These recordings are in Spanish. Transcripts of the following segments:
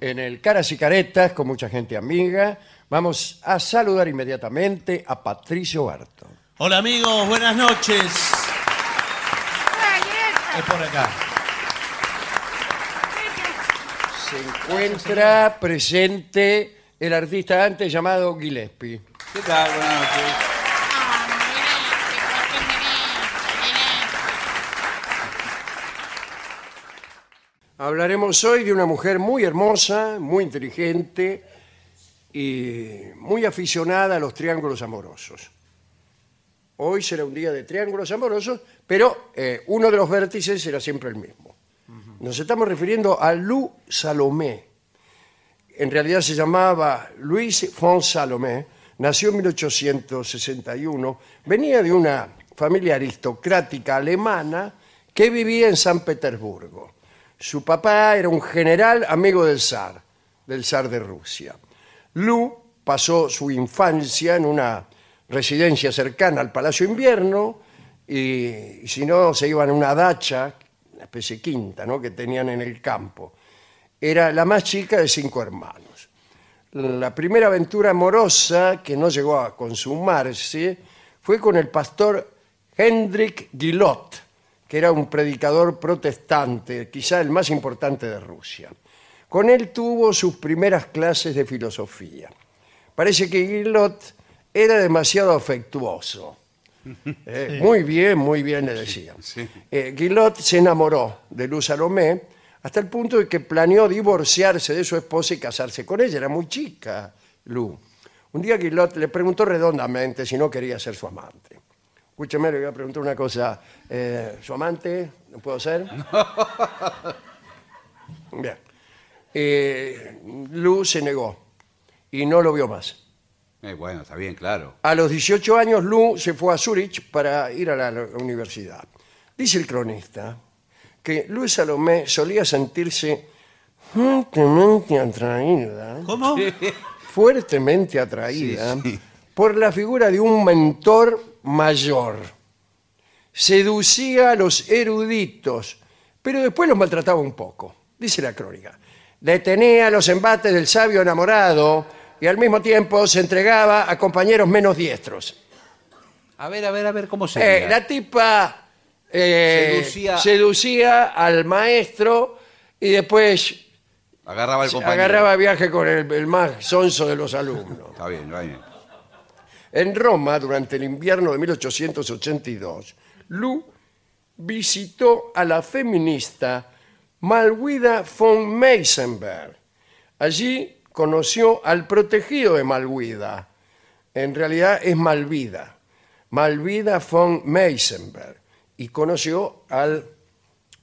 en el Caras y Caretas con mucha gente amiga. Vamos a saludar inmediatamente a Patricio Barto. Hola amigos, buenas noches. Es por acá. Se encuentra presente el artista antes llamado Gillespie. ¿Qué tal? Buenas noches. Hablaremos hoy de una mujer muy hermosa, muy inteligente y muy aficionada a los triángulos amorosos. Hoy será un día de triángulos amorosos, pero eh, uno de los vértices será siempre el mismo. Nos estamos refiriendo a Lou Salomé. En realidad se llamaba Luis Fon Salomé, nació en 1861, venía de una familia aristocrática alemana que vivía en San Petersburgo. Su papá era un general amigo del zar, del zar de Rusia. Lu pasó su infancia en una residencia cercana al Palacio Invierno y si no se iban a una dacha, una especie de quinta ¿no? que tenían en el campo. Era la más chica de cinco hermanos. La primera aventura amorosa que no llegó a consumarse fue con el pastor Hendrik Gilot, que era un predicador protestante, quizá el más importante de Rusia. Con él tuvo sus primeras clases de filosofía. Parece que Gilot era demasiado afectuoso. Eh, Muy bien, muy bien, le decían. Eh, Guillot se enamoró de Luz Salomé hasta el punto de que planeó divorciarse de su esposa y casarse con ella. Era muy chica, Luz. Un día Guillot le preguntó redondamente si no quería ser su amante. Escúchame, le voy a preguntar una cosa. Eh, ¿Su amante? ¿No puedo ser? Bien. Eh, Luz se negó y no lo vio más. Eh, bueno, está bien, claro. A los 18 años, Lu se fue a Zurich para ir a la universidad. Dice el cronista que Lu Salomé solía sentirse fuertemente atraída, ¿Cómo? fuertemente atraída Sí, sí. por la figura de un mentor mayor. Seducía a los eruditos, pero después los maltrataba un poco, dice la crónica. Detenía los embates del sabio enamorado y al mismo tiempo se entregaba a compañeros menos diestros. A ver, a ver, a ver, ¿cómo Eh, sería? la tipa eh, seducía. Seducía- al maestro y después Agarraba el se compañero. agarraba viaje con el, el más sonso de los alumnos. Está bien, está bien. En Roma, durante el invierno de 1882, Lu visitó a la feminista Malwida von Meisenberg. Allí conoció al protegido de Malwida. En realidad es Malvida. Malvida von Meisenberg. Y conoció al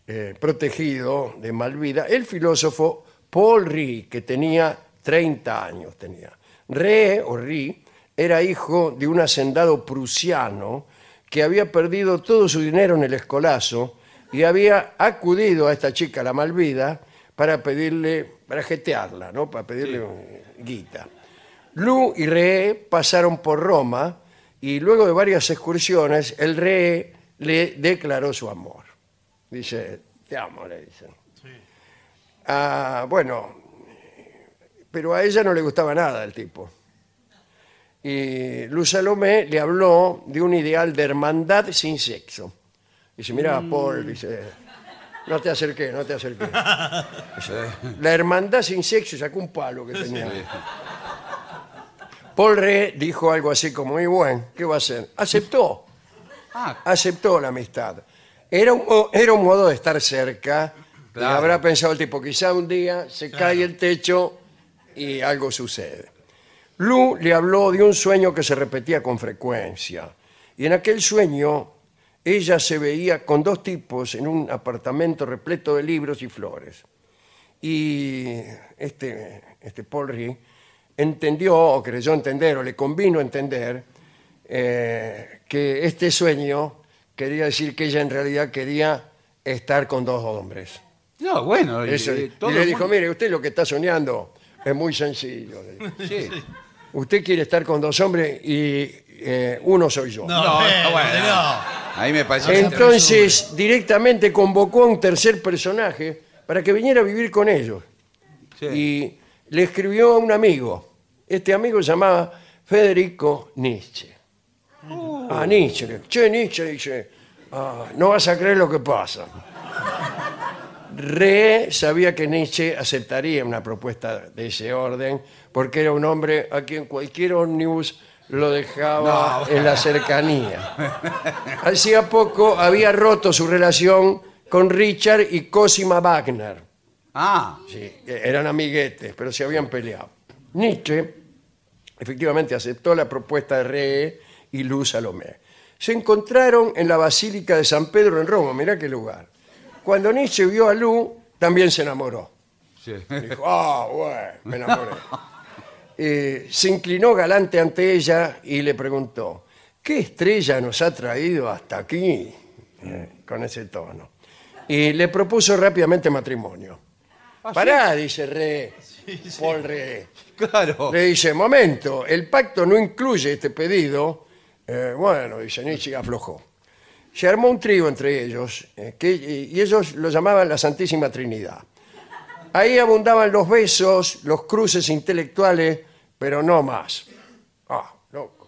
eh, protegido de Malvida, el filósofo Paul Ri, que tenía 30 años. Tenía. Re o Ri era hijo de un hacendado prusiano que había perdido todo su dinero en el escolazo y había acudido a esta chica, la Malvida, para pedirle, para jetearla, ¿no? para pedirle eh, guita. Lu y Re pasaron por Roma y luego de varias excursiones, el Re le declaró su amor. Dice, te amo, le dicen. Ah, bueno, pero a ella no le gustaba nada el tipo. Y Luz Salomé le habló de un ideal de hermandad sin sexo. Dice, mira, Paul, dice, no te acerqué, no te acerqué. Dice, La hermandad sin sexo sacó un palo que tenía. Paul Re dijo algo así como, muy bueno, ¿qué va a hacer? Aceptó Ah, aceptó la amistad. Era un, mo- era un modo de estar cerca. y Claro. habrá pensado el tipo, quizá un día se cae el techo y algo sucede. Lu le habló de un sueño que se repetía con frecuencia. Y en aquel sueño ella se veía con dos tipos en un apartamento repleto de libros y flores. Y este, este Paul Ri entendió o creyó entender o le convino entender eh, que este sueño quería decir que ella en realidad quería estar con dos hombres. No, bueno. y- Eso- y y todo le el dijo, mundo- mire, usted lo que está soñando es muy sencillo. le dijo. Sí. Usted quiere estar con dos hombres y eh, uno soy yo. No, No, eh, no, bueno. no. Ahí me parece. Entonces, directamente convocó a un tercer personaje para que viniera a vivir con ellos. Sí. Y le escribió a un amigo. Este amigo se llamaba Federico Nietzsche. A Nietzsche. le- Che, Nietzsche dice, "Ah, no vas a creer lo que pasa. Re sabía que Nietzsche aceptaría una propuesta de ese orden porque era un hombre a quien cualquier ómnibus lo dejaba en la cercanía. Hacía poco había roto su relación con Richard y Cosima Wagner. Ah, Sí, eran amiguetes, pero se habían peleado. Nietzsche efectivamente aceptó la propuesta de Ree y Luz Salomé. Se encontraron en la Basílica de San Pedro en Roma, mirá qué lugar. Cuando Nietzsche vio a Luz, también se enamoró. sí. Dijo, ah, bueno, me enamoré. Eh, se inclinó galante ante ella y le preguntó, ¿qué estrella nos ha traído hasta aquí? Eh, con ese tono. Y le propuso rápidamente matrimonio. Pará, dice Re, Paul Re. Claro. Le dice, momento, el pacto no incluye este pedido. Eh, bueno, dice Nietzsche, aflojó. Se armó un trío entre ellos, eh, que- y y ellos lo llamaban la Santísima Trinidad. Ahí abundaban los besos, los cruces intelectuales, pero no más. Ah, loco,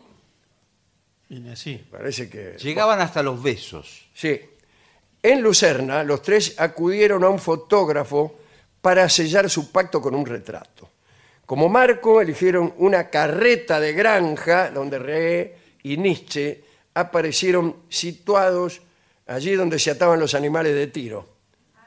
Y así. parece que... Llegaban hasta los besos. Sí. En Lucerna, los tres acudieron a un fotógrafo para sellar su pacto con un retrato. Como marco, eligieron una carreta de granja donde Reé y Nietzsche aparecieron situados allí donde se ataban los animales de tiro,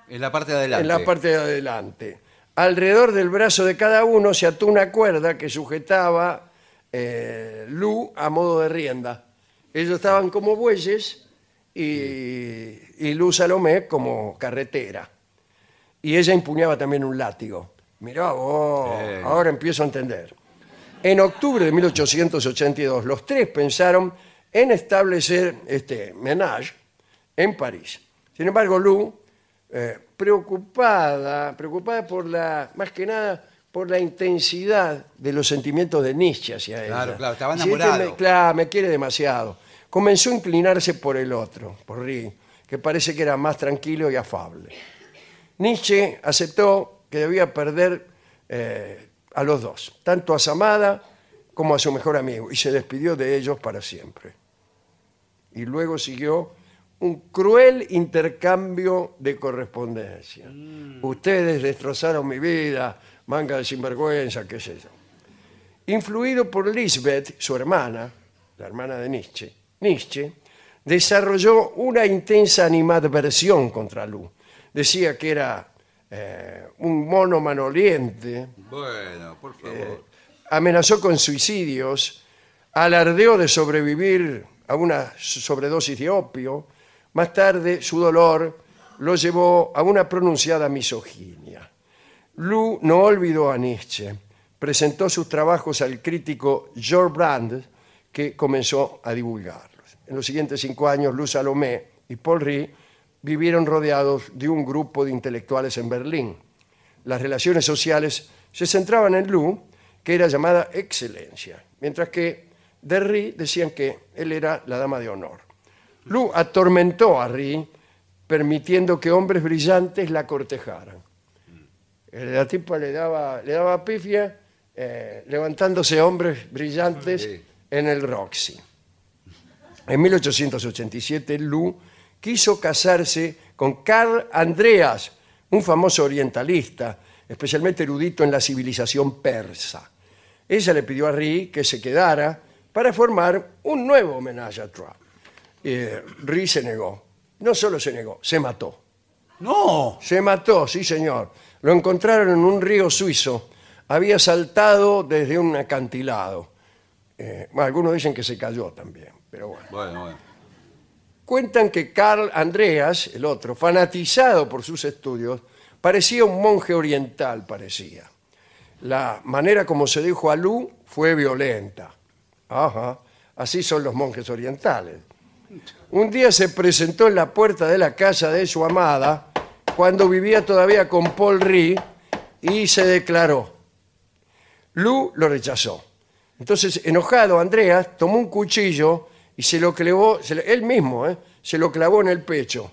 En la parte de adelante. en la parte de adelante. Alrededor del brazo de cada uno se ató una cuerda que sujetaba eh, Lu a modo de rienda. Ellos estaban como bueyes y, y Lu Salomé como carretera. Y ella empuñaba también un látigo. Mirá vos, Sí. ahora empiezo a entender. En octubre de 1882, los tres pensaron en establecer este menage en París. Sin embargo, Lou, eh, preocupada, preocupada por la, más que nada, por la intensidad de los sentimientos de Nietzsche hacia ella. Claro, claro, estaba Dice, "Este enamorado". me- claro, me quiere demasiado. Comenzó a inclinarse por el otro, por Rie, que parece que era más tranquilo y afable. Nietzsche aceptó que debía perder eh, a los dos, tanto a Samada como a su mejor amigo, y se despidió de ellos para siempre. Y luego siguió un cruel intercambio de correspondencia. Ustedes destrozaron mi vida, manga de sinvergüenza, qué sé yo. Influido por Lisbeth, su hermana, la hermana de Nietzsche, Nietzsche desarrolló una intensa animadversión contra Lu. Decía que era eh, un mono manoliente, Bueno, Eh. por favor. amenazó con suicidios, alardeó de sobrevivir a una sobredosis de opio. Más tarde, su dolor lo llevó a una pronunciada misoginia. Lu no olvidó a Nietzsche. Presentó sus trabajos al crítico George Brand, que comenzó a divulgarlos. En los siguientes cinco años, Lu Salomé y Paul Rie vivieron rodeados de un grupo de intelectuales en Berlín. Las relaciones sociales se centraban en Lu, que era llamada excelencia, mientras que de Rie decían que él era la dama de honor. Lu atormentó a Rie, permitiendo que hombres brillantes la cortejaran. Eh, La tipa le daba, le daba pifia eh, levantándose hombres brillantes Sí. en el Roxy. En 1887, Lu quiso casarse con Carl Andreas, un famoso orientalista, especialmente erudito en la civilización persa. Ella le pidió a Ri que se quedara para formar un nuevo homenaje a Trump. Eh, Ri se negó. No solo se negó, se mató. No. Se mató, sí señor. Lo encontraron en un río suizo. Había saltado desde un acantilado. Eh, bueno, algunos dicen que se cayó también, pero bueno. Bueno, bueno. Cuentan que Carl Andreas, el otro, fanatizado por sus estudios, parecía un monje oriental, parecía. La manera como se dijo a Lu fue violenta. Ajá, así son los monjes orientales. Un día se presentó en la puerta de la casa de su amada, cuando vivía todavía con Paul Ri, y se declaró. Lu lo rechazó. Entonces, enojado, Andreas tomó un cuchillo y se lo clavó, se lo- él mismo, ¿eh? se lo clavó en el pecho.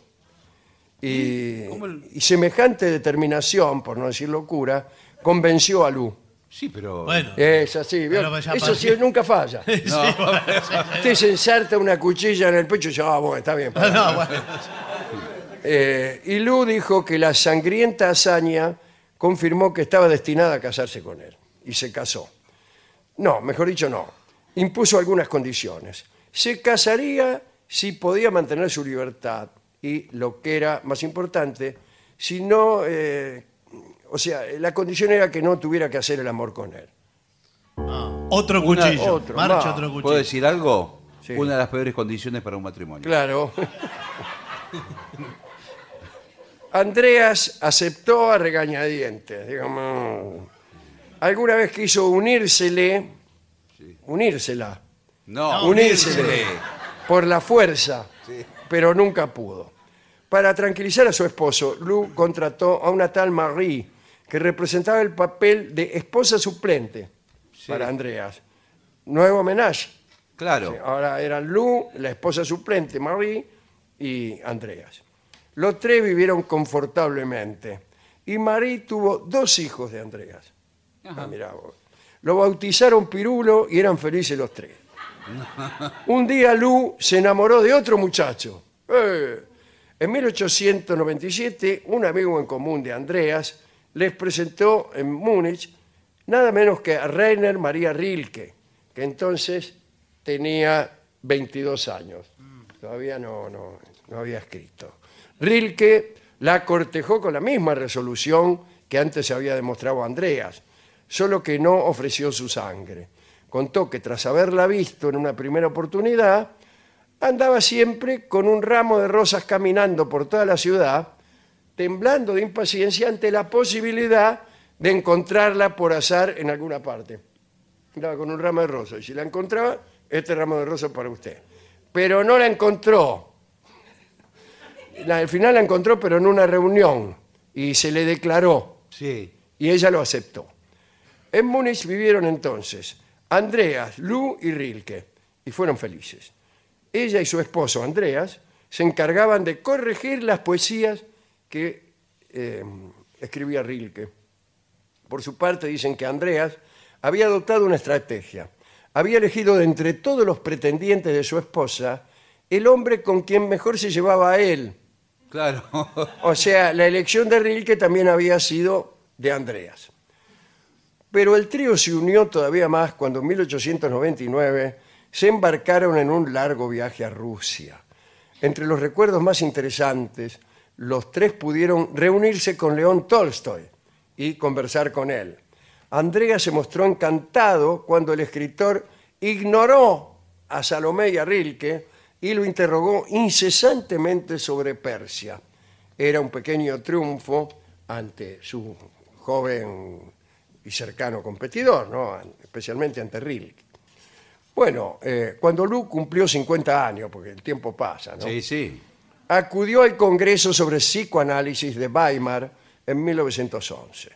Y, ¿Cómo el- y semejante determinación, por no decir locura, convenció a Lu. Sí, pero. Bueno. Es así, ¿vio? Pero ya eso sí, parecía- nunca falla. No. Sí, bueno, Usted se ensarta una cuchilla en el pecho y dice, ah, bueno, está bien. para". no, bueno. Eh, y Lu dijo que la sangrienta hazaña confirmó que estaba destinada a casarse con él. Y se casó. No, mejor dicho, no. Impuso algunas condiciones. Se casaría si podía mantener su libertad y, lo que era más importante, si no... eh, o sea, la condición era que no tuviera que hacer el amor con él. Ah, otro cuchillo. otro, Marcha va. otro cuchillo. ¿Puedo decir algo? Sí. Una de las peores condiciones para un matrimonio. Claro. Andreas aceptó a regañadientes. digamos. Alguna vez quiso unírsele, unírsela, No, No, unírsele por la fuerza, pero nunca pudo. Para tranquilizar a su esposo, Lou contrató a una tal Marie que representaba el papel de esposa suplente para Andreas. Nuevo homenaje. Claro. Sí, ahora eran Lou, la esposa suplente, Marie y Andreas. Los tres vivieron confortablemente. Y Marie tuvo dos hijos de Andreas. Ah, mirá vos. Lo bautizaron Pirulo y eran felices los tres. Un día Lou se enamoró de otro muchacho. ¡Eh! En 1897, un amigo en común de Andreas les presentó en Múnich nada menos que a Rainer María Rilke, que entonces tenía 22 años. Todavía no, no, no había escrito. Rilke la cortejó con la misma resolución que antes había demostrado Andreas, solo que no ofreció su sangre. Contó que tras haberla visto en una primera oportunidad, andaba siempre con un ramo de rosas caminando por toda la ciudad, temblando de impaciencia ante la posibilidad de encontrarla por azar en alguna parte. Andaba con un ramo de rosas y si la encontraba, este ramo de rosas para usted. Pero no la encontró. La- al final la encontró, pero en una reunión y se le declaró Sí. y ella lo aceptó. En Múnich vivieron entonces Andreas, Lou y Rilke, y fueron felices. Ella y su esposo, Andreas, se encargaban de corregir las poesías que eh, escribía Rilke. Por su parte, dicen que Andreas había adoptado una estrategia. Había elegido de entre todos los pretendientes de su esposa el hombre con quien mejor se llevaba a él. Claro. O sea, la elección de Rilke también había sido de Andreas. Pero el trío se unió todavía más cuando en 1899 se embarcaron en un largo viaje a Rusia. Entre los recuerdos más interesantes, los tres pudieron reunirse con León Tolstoy y conversar con él. Andrea se mostró encantado cuando el escritor ignoró a Salomé y a Rilke y lo interrogó incesantemente sobre Persia. Era un pequeño triunfo ante su joven y cercano competidor, ¿no? especialmente ante Rilke. Bueno, eh, cuando Lu cumplió 50 años, porque el tiempo pasa, ¿no? Sí, sí. acudió al Congreso sobre Psicoanálisis de Weimar en 1911.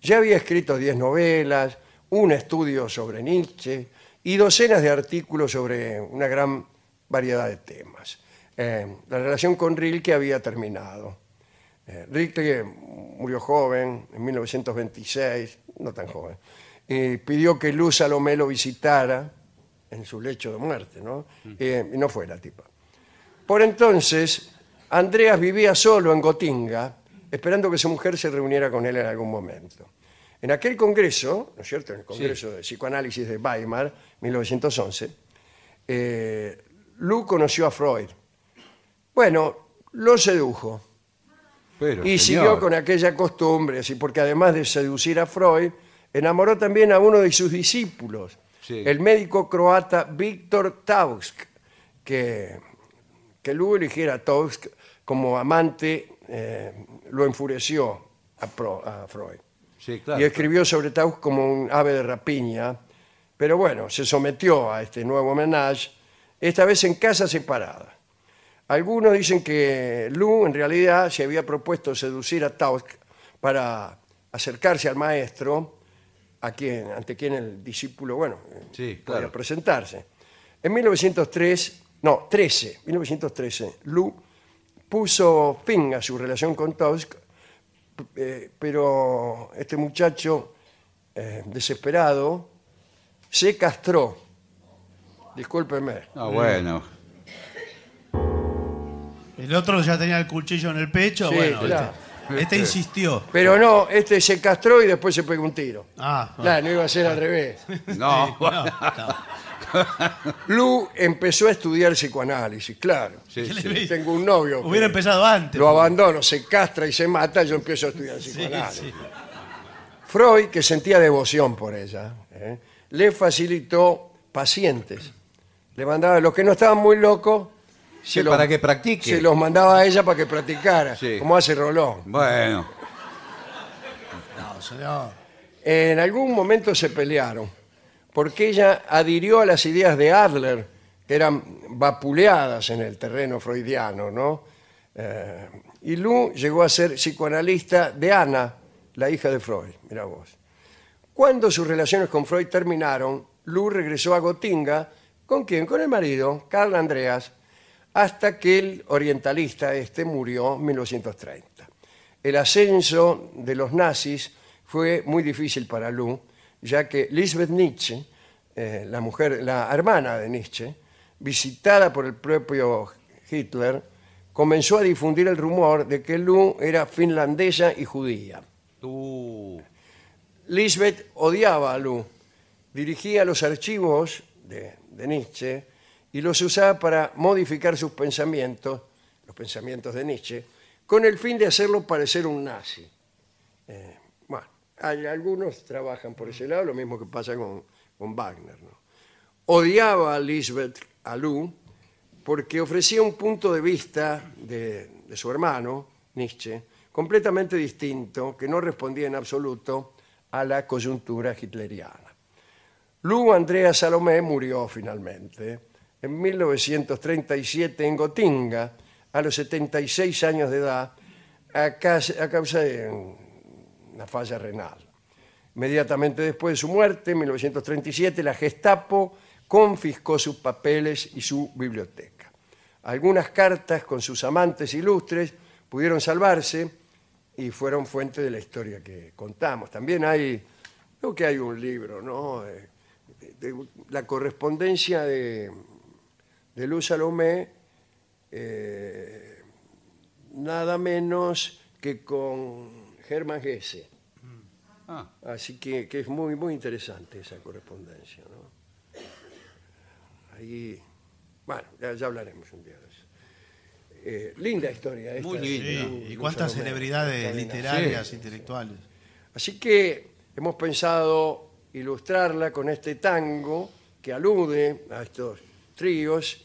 Ya había escrito 10 novelas, un estudio sobre Nietzsche y docenas de artículos sobre una gran variedad de temas. Eh, la relación con Rilke había terminado. Eh, Rilke murió joven, en 1926, no tan joven, y pidió que Luz Salomé lo visitara en su lecho de muerte, ¿no? Eh, y no fue la tipa. Por entonces, Andreas vivía solo en Gotinga, esperando que su mujer se reuniera con él en algún momento. En aquel congreso, ¿no es cierto?, en el Congreso de Psicoanálisis de Weimar, 1911, eh, Lu conoció a Freud. Bueno, lo sedujo Pero, y señor. siguió con aquella costumbre, así, porque además de seducir a Freud, enamoró también a uno de sus discípulos, Sí. el médico croata Víctor Tausk, que, que luego eligiera a Tausk como amante, eh, lo enfureció a, Pro- a Freud. Sí, claro. y escribió sobre Taus como un ave de rapiña, pero bueno, se sometió a este nuevo homenaje, esta vez en casa separada. Algunos dicen que Lu en realidad se había propuesto seducir a Taus para acercarse al maestro, a quien, ante quien el discípulo, bueno, eh, Sí, podía claro. presentarse. En 1903, no, 13, 1913, Lu puso fin a su relación con Tusk, eh, pero este muchacho eh, desesperado se castró. Discúlpeme. Ah, bueno. El otro ya tenía el cuchillo en el pecho, Sí, bueno. claro. Este, este insistió. Pero no, este se castró y después se pegó un tiro. Ah, bueno. Claro, no iba a ser al revés. No, No, no. Lu empezó a estudiar psicoanálisis, claro. Sí, ¿Qué le sí. ve? Tengo un novio. que Hubiera empezado antes. Lo abandono, se castra y se mata, yo empiezo a estudiar Sí, psicoanálisis. sí. Freud, que sentía devoción por ella, ¿eh? le facilitó pacientes. Le mandaba, los que no estaban muy locos, Sí, para que practique. se los mandaba a ella para que practicara, Sí. como hace Rolón. Bueno, No, señor. En algún momento se pelearon, porque ella adhirió a las ideas de Adler, que eran vapuleadas en el terreno freudiano, ¿no? Eh, y Lu llegó a ser psicoanalista de Ana, la hija de Freud, mira vos. Cuando sus relaciones con Freud terminaron, Lu regresó a Gotinga, ¿con quién? Con el marido, Carl Andreas, hasta que el orientalista este murió en 1930. El ascenso de los nazis fue muy difícil para Lu, ya que Lisbeth Nietzsche, eh, la mujer, la hermana de Nietzsche, visitada por el propio Hitler, comenzó a difundir el rumor de que Lu era finlandesa y judía. tú. Lisbeth odiaba a Lu, dirigía los archivos de, de Nietzsche y los usaba para modificar sus pensamientos, los pensamientos de Nietzsche, con el fin de hacerlo parecer un nazi. Eh, bueno, hay- algunos trabajan por ese lado, lo mismo que pasa con, con Wagner. ¿no? Odiaba a Lisbeth a Lu porque ofrecía un punto de vista de, de su hermano, Nietzsche, completamente distinto, que no respondía en absoluto a la coyuntura hitleriana. Lu Andrea Salomé murió finalmente en 1937 en Gotinga, a los 76 años de edad, a, cas- a causa de mm, una falla renal. Inmediatamente después de su muerte, en 1937, la Gestapo confiscó sus papeles y su biblioteca. Algunas cartas con sus amantes ilustres pudieron salvarse y fueron fuente de la historia que contamos. También hay, creo que hay un libro, ¿no? Eh, de- de- la correspondencia de, de Luz Salomé, eh, nada menos que con Germán Gese. Ah, Así que, que es muy, muy interesante esa correspondencia, ¿no? Ahí, bueno, ya, ya hablaremos un día de eso. Eh, linda historia esta. Muy de linda. Lu- Sí, ¿Y Luisa cuántas Romero, celebridades Carolina. literarias, Sí. intelectuales? Así que hemos pensado ilustrarla con este tango que alude a estos tríos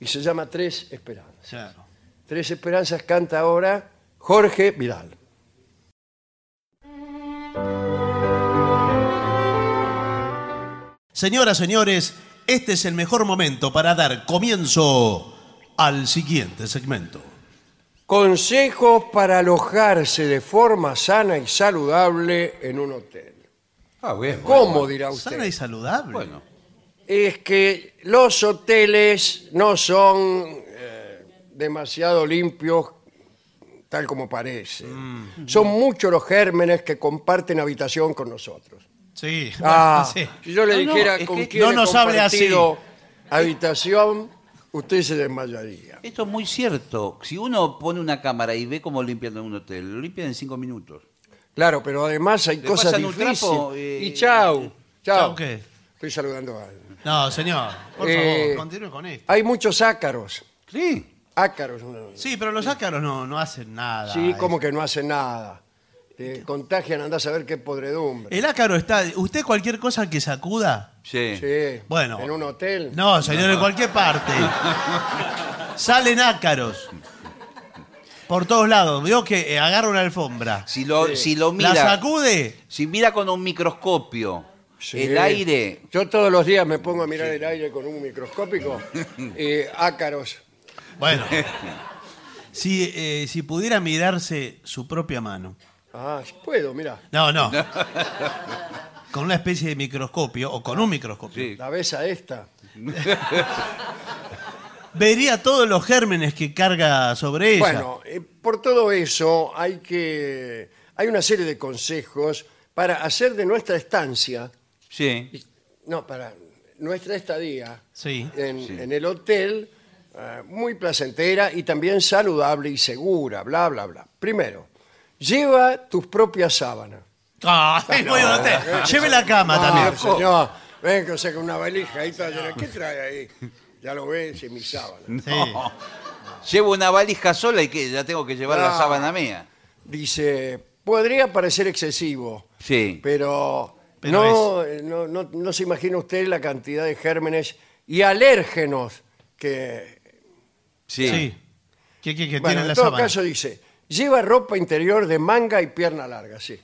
y se llama Tres Esperanzas. Claro. Tres Esperanzas canta ahora Jorge Vidal. Señoras, señores, este es el mejor momento para dar comienzo al siguiente segmento. Consejos para alojarse de forma sana y saludable en un hotel. ah, bien. ¿Cómo dirá Sana y usted? saludable. Bueno, Es que los hoteles no son eh, demasiado limpios tal como parece. Son muchos los gérmenes que comparten habitación con nosotros. Sí. Ah, sí. si yo le No, no, dijera es que con no quién he nos hable así. compartido habitación, usted se desmayaría. esto es muy cierto. Si uno pone una cámara y ve cómo limpian en un hotel, lo limpian en cinco minutos. Claro, pero además hay Le cosas pasan un difíciles. trapo, eh, Y chau, chau. ¿Chau qué? Estoy saludando a alguien. No, señor, por Eh, favor, continúe con esto. Hay muchos ácaros. Sí. Ácaros. no, no. Sí, pero los ácaros no, no hacen nada. Sí, como Es- que no hacen nada. Te contagian, andás a ver qué podredumbre. El ácaro está. ¿Usted cualquier cosa que sacuda? Sí. Sí, Bueno. En un hotel. No, señor, en cualquier parte. Salen ácaros. por todos lados. Veo que eh, agarra una alfombra. Si lo, si lo La mira, sacude. si mira con un microscopio Sí. el aire, Yo todos los días me pongo a mirar el aire con un microscópico y ácaros. Bueno. si, eh, si pudiera mirarse su propia mano. Ah, sí puedo, mira. No, no. con una especie de microscopio o con un microscopio. Sí. La besa esta. Vería todos los gérmenes que carga sobre ella. Bueno, eh, por todo eso hay que hay una serie de consejos para hacer de nuestra estancia, sí. y- no, para nuestra estadía Sí. en, Sí. en el hotel eh, muy placentera y también saludable y segura, bla bla bla. Primero, lleva tus propias sábanas. Ah, voy eh, a un hotel. Lleve la cama Ah, también. señor, ven que saca una valija ahí está llena. ¿Qué trae ahí? Ya lo ves, en mi sábana. Sí. Llevo una valija sola y que ya tengo que llevar Ah. la sábana mía. Dice, podría parecer excesivo, Sí. pero, Pero no, eh, no, no- no se imagina usted la cantidad de gérmenes y alérgenos que... Sí. Sí. ¿Qué, qué, qué Bueno, tiene en la todo sábana? caso dice, lleva ropa interior de manga y pierna larga, sí.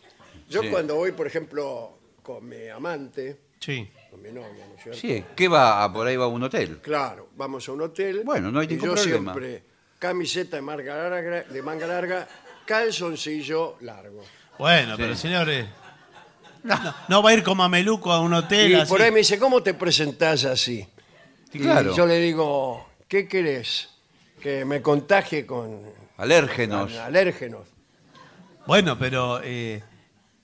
Yo Sí. cuando voy, por ejemplo, con mi amante, Sí. con mi novia, ¿no es cierto? Sí, ¿qué va? Ah, Por ahí va un hotel. Claro, vamos a un hotel. Bueno, no hay y ningún yo problema. siempre camiseta de manga larga, de manga larga calzoncillo largo. Bueno, pero señores. No, no va a ir como a Meluco a un hotel. Y así. por ahí me dice, ¿cómo te presentás así? Sí, Y claro. yo le digo, ¿qué querés? Que me contagie con, con Alérgenos. alérgenos. Bueno, pero. eh,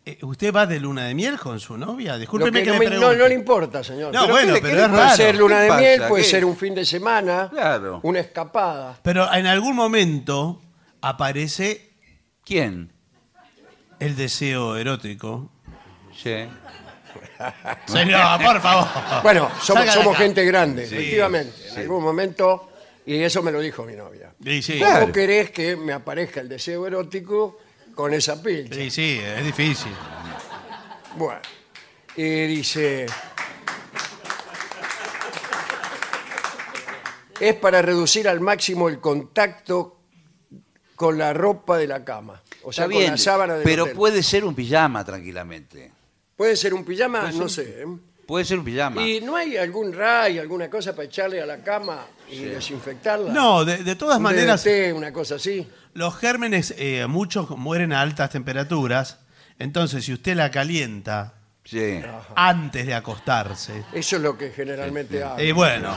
eh, ¿Usted va de luna de miel con su novia? Lo Discúlpeme que que, no, me me- no- pregunte. no le importa, señor. No, Pero bueno, ¿qué le- pero qué le es puede raro. ser luna ¿Qué de pasa? miel, puede ¿Qué? ser un fin de semana, Claro. una escapada. Pero en algún momento aparece ¿Quién? el deseo erótico. Sí. Señor, por favor. Bueno, Salga Ah. somos, de somos acá. gente grande, Sí, efectivamente. En sí. algún momento, y eso me lo dijo mi novia. Y sí, Claro. ¿Cómo querés que me aparezca el deseo erótico con esa pincha? sí, sí, es difícil. Bueno, y dice... Es para reducir al máximo el contacto con la ropa de la cama. O sea, Está con bien, la sábana del pero hotel. puede ser un pijama tranquilamente. Puede ser un pijama, no sé. ¿eh? Puede ser un pijama. ¿Y no hay algún ray, alguna cosa para echarle a la cama y desinfectarla? No, de, de todas Un maneras, DDT, una cosa así. los gérmenes, eh, muchos mueren a altas temperaturas. Entonces, si usted la calienta Sí. antes de acostarse, Eso es lo que generalmente hago. Y bueno.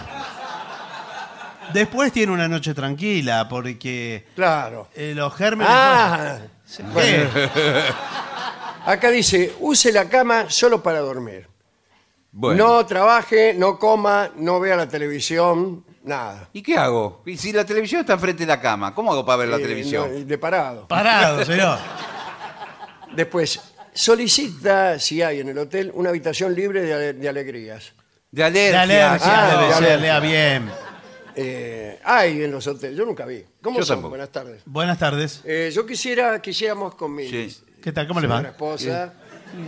Después tiene una noche tranquila porque Claro. eh, los gérmenes. Ah, Sí. Eh, acá dice, use la cama solo para dormir. Bueno. No trabaje, no coma, no vea la televisión, nada. ¿Y qué hago? Y si la televisión está enfrente de la cama, ¿cómo hago para ver la Eh, televisión? no, de parado. Parado, señor. Después, solicita, si hay en el hotel, una habitación libre de, ale- de alegrías. De alergia. De alergia Ah, debe de ser, alergia. lea bien. Eh, hay en los hoteles, yo nunca vi. ¿Cómo Yo son? tampoco. Buenas tardes. Buenas tardes. Eh, yo quisiera, quisiéramos con mi Sí. ¿Qué tal? ¿Cómo le señora va? esposa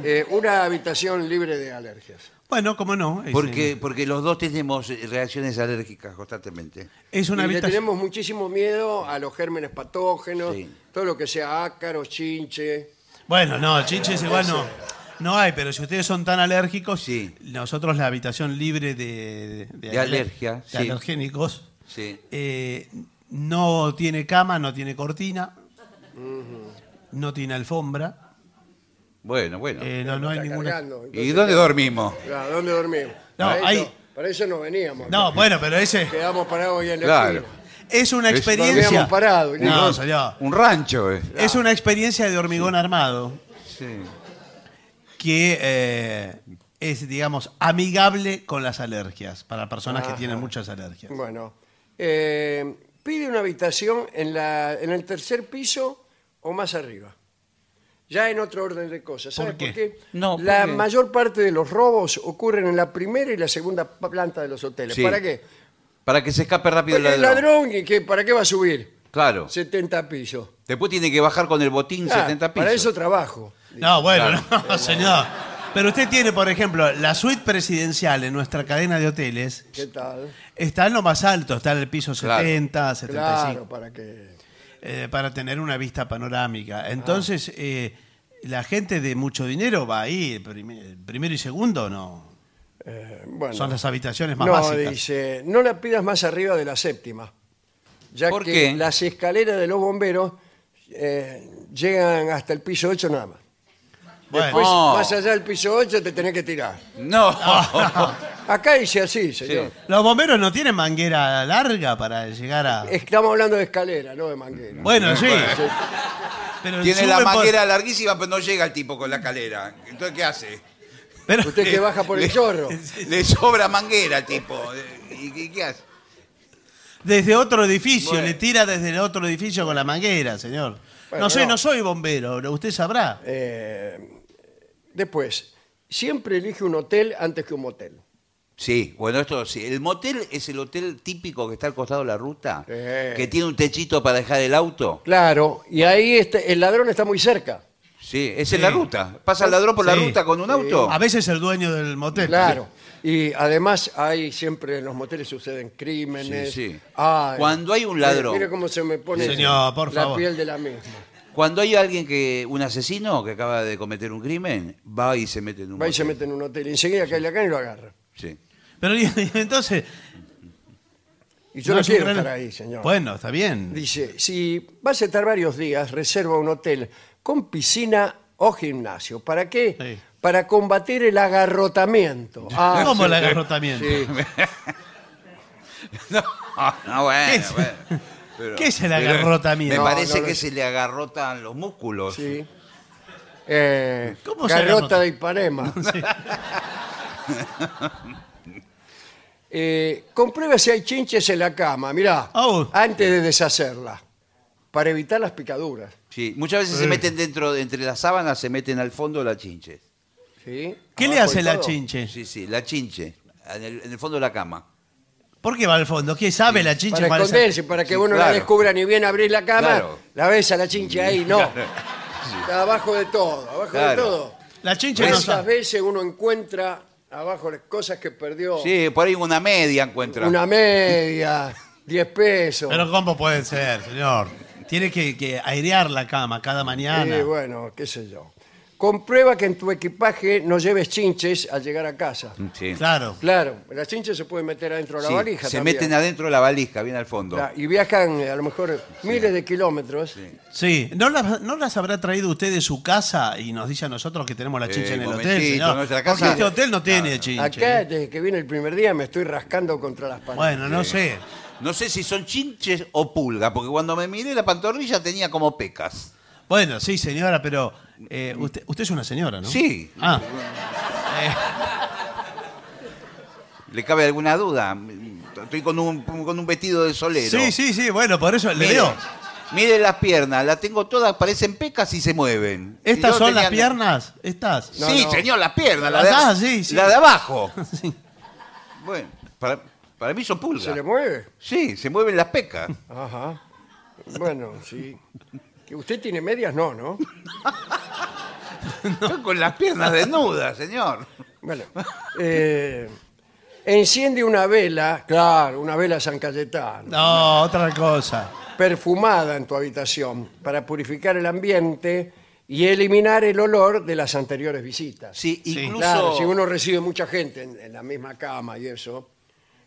eh, una habitación libre de alergias. Bueno, cómo no. Es, Porque, eh, porque los dos tenemos eh, reacciones alérgicas constantemente. es una Y le habitación. tenemos muchísimo miedo a los gérmenes patógenos, Sí. todo lo que sea ácaros, chinche. Bueno, no, chinches igual no. No hay, pero si ustedes son tan alérgicos, Sí. nosotros la habitación libre de, de, De alergia, de sí. alergénicos Sí. eh, no tiene cama, no tiene cortina, no tiene alfombra. Bueno, bueno. Eh, no, no hay Está ninguna. cargando, ¿Y entonces, dónde dormimos? claro, ¿Dónde dormimos? No, para, hay- eso, para eso no veníamos. No, acá. bueno, pero ese Quedamos parados hoy en la Claro. esquina. es una Es- experiencia. dormíamos parados, No, ¿no? señor. Un rancho. eh. Es una experiencia de hormigón armado Sí. que eh, es, digamos, amigable con las alergias, para personas que tienen muchas alergias. Bueno, eh, pide una habitación en, la, en el tercer piso o más arriba. Ya en otro orden de cosas. ¿Sabe ¿Por qué? No, ¿por la qué? mayor parte de los robos ocurren en la primera y la segunda planta de los hoteles. Sí. ¿Para qué? Para que se escape rápido el Porque ladrón. el ladrón, ¿y qué, ¿para qué va a subir? Claro. 70 pisos. Después tiene que bajar con el botín Ah, 70 pisos. Para eso trabajo. No, bueno, no, señor. Pero usted tiene, por ejemplo, la suite presidencial en nuestra cadena de hoteles. ¿Qué tal? Está en lo más alto, está en el piso Claro. 70, 75. Claro, para que... eh, para tener una vista panorámica. Entonces, eh, la gente de mucho dinero va ahí, el primi- el primero y segundo, ¿no? Eh, bueno. Son las habitaciones más no, básicas. dice, no la pidas más arriba de la séptima, ya ¿Por que qué? las escaleras de los bomberos eh, llegan hasta el piso 8 nada más. Bueno. Después, No. más allá del piso 8 te tenés que tirar. No. Acá dice así, señor. Sí. Los bomberos no tienen manguera larga para llegar a. Estamos hablando de escalera, no de manguera. Bueno, sí. Pero Tiene suben la por- manguera larguísima, pero no llega el tipo con la calera. Entonces, ¿qué hace? pero- eh, Usted que baja por el chorro. Le sobra manguera, al tipo. Eh, ¿Y, y qué hace? Desde otro edificio, Bueno. le tira desde el otro edificio con la manguera, señor. Bueno, no sé, no. no. soy bombero, pero usted sabrá. Eh, después, siempre elige un hotel antes que un motel. Sí, bueno, esto sí. El motel es el hotel típico que está al costado de la ruta, Sí. que tiene un techito para dejar el auto. Claro, y ahí este- el ladrón está muy cerca. Sí, es Sí. en la ruta. Pasa el ladrón por la Sí. ruta con un auto. A veces el dueño del motel. Oh. Claro. Y además hay siempre en los moteles suceden crímenes. Sí, sí. Ah, Cuando hay un mire- ladrón. Mire cómo se me pone Señor, por la favor. piel de la misma. Cuando hay alguien que, un asesino que acaba de cometer un crimen, va y se mete en un Va y se motel. mete en un hotel. Enseguida cae la cana y lo agarra. Sí. Pero y- y entonces. Y yo no, no es un quiero gran- estar ahí, señor. Bueno, está bien. Dice, si vas a estar varios días, reserva un hotel con piscina o gimnasio. ¿Para qué? Sí. Para combatir el agarrotamiento. Ah, ¿Cómo sí. la agarró también? Sí. Ah, no, bueno, ¿Qué es? bueno. ¿Qué es el pero- agarrotamiento? Me No, parece no lo que es. se le agarrotan los músculos. Sí. Eh, ¿Cómo se Garrota anota? de Ipanema. Eh, comprueba si hay chinches en la cama, mirá, Au. antes de deshacerla, para evitar las picaduras. Sí, Muchas veces se meten dentro, de- entre las sábanas, se meten al fondo de la chinche. ¿sí? ¿Qué le Abajo hace y la Ah, pues todo. chinche? Sí, sí, la chinche. En el, en el fondo de la cama. ¿Por qué va al fondo? ¿Qué sabe la chinche? Para cuál es el- esconderse, para que Sí, uno no la claro. descubra ni bien abrir la cama, Claro. la ves a la chinche ahí, no. Está abajo de todo, abajo de Claro. todo. La chinche no ¿Cuántas sabe. veces uno encuentra abajo las cosas que perdió? Sí, por ahí una media encuentra. Una media, 10 pesos. Pero ¿cómo puede ser, señor? Tiene que, que airear la cama cada mañana. Sí, bueno, qué sé yo. Comprueba que en tu equipaje no lleves chinches al llegar a casa. Sí. Claro. Claro, las chinches se pueden meter adentro de la Mm. Sí, valija. se también. meten adentro de la valija, bien al fondo. La- Y viajan eh, a lo mejor miles de kilómetros. Sí. ¿No las, ¿No las habrá traído usted de su casa y nos dice a nosotros que tenemos la chinche Eh, en el hotel, momentito, señor? nuestra casa- Porque este hotel no tiene chinche. ¿eh? Acá, desde que vine el primer día, me estoy rascando contra las paredes. Bueno, no sé. No sé si son chinches o pulga, porque cuando me miré la pantorrilla tenía como pecas. Bueno, sí, señora, pero eh, usted, usted es una señora, ¿no? Sí. Ah, ¿Le cabe alguna duda? Estoy con un, con un vestido de solero. sí, sí, sí, bueno, por eso le Mire, veo. mire las piernas, las tengo todas, parecen pecas y se mueven. ¿Estas Y yo son tenía- las piernas? ¿Estas? No, sí, no. señor, las piernas. La de, Ah, sí, sí. la de abajo. Sí. Bueno, para, para mí son pulgas. ¿Se le mueve? Sí, se mueven las pecas. Ajá. Bueno, sí. ¿Que ¿Usted tiene medias? No, ¿no? Yo con las piernas desnudas, señor. Bueno. eh, enciende una vela, claro, una vela San Cayetano. No, otra cosa. perfumada en tu habitación para purificar el ambiente y eliminar el olor de las anteriores visitas. Sí, Sí. incluso. Claro, si uno recibe mucha gente en, en la misma cama y eso,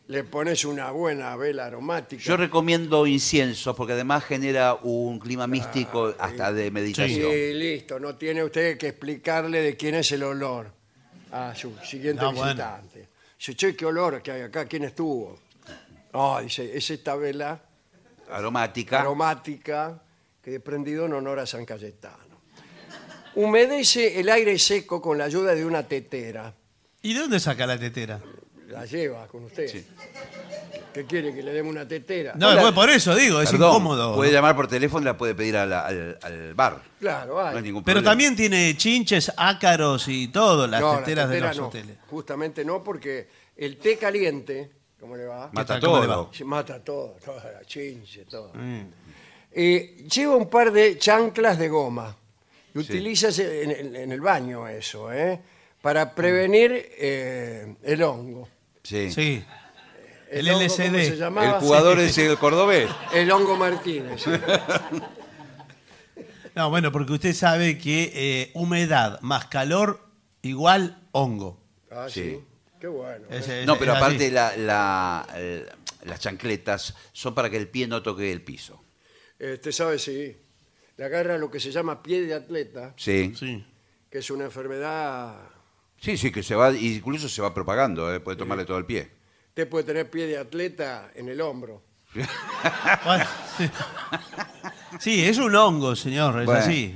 le pones una buena vela aromática. Yo recomiendo incienso porque además genera un Ah, clima místico hasta de meditación. y listo, no tiene usted que explicarle de quién es el olor a su siguiente Ah, No, bueno. visitante. Dice, che, qué olor que hay acá, quién estuvo. No, dice, es esta vela Aromática. aromática que he prendido en honor a San Cayetano. Humedece el aire seco con la ayuda de una tetera. ¿Y de dónde saca la tetera? La lleva con usted. ¿Qué quiere? ¿Que le demos una tetera? No, Hola. bueno, por eso digo, es Perdón, incómodo. Puede ¿no? llamar por teléfono, la puede pedir a la- al, al bar. Claro, hay. No hay ningún Pero problema. también tiene chinches, ácaros y todo, las No, la teteras de tetera los no. hoteles. Justamente no, porque el té caliente, ¿cómo le va? Ma- Mata ¿Qué tal? ¿Cómo le todo. Se mata todo, toda la chinche, todo. Eh, lleva un par de chanclas de goma. Y utilizas en, en- en el baño eso, ¿eh? Para prevenir eh, el hongo. Sí. Sí. El hongo, LCD. ¿cómo se llamaba? El jugador es el cordobés. El hongo Martínez. No, bueno, porque usted sabe que eh, humedad más calor igual hongo. Ah, sí. Sí. Qué bueno. ¿eh? Es- es- No, pero es así. aparte la- la- eh, las chancletas son para que el pie no toque el piso. Este, sabe, sí. Le agarra lo que se llama pie de atleta, Sí. Sí. que es una enfermedad. Sí, sí, que se va, incluso se va propagando, eh, puede tomarle todo el pie. Usted puede tener pie de atleta en el hombro. Bueno, sí. Sí, es un hongo, señor, es Bueno. así.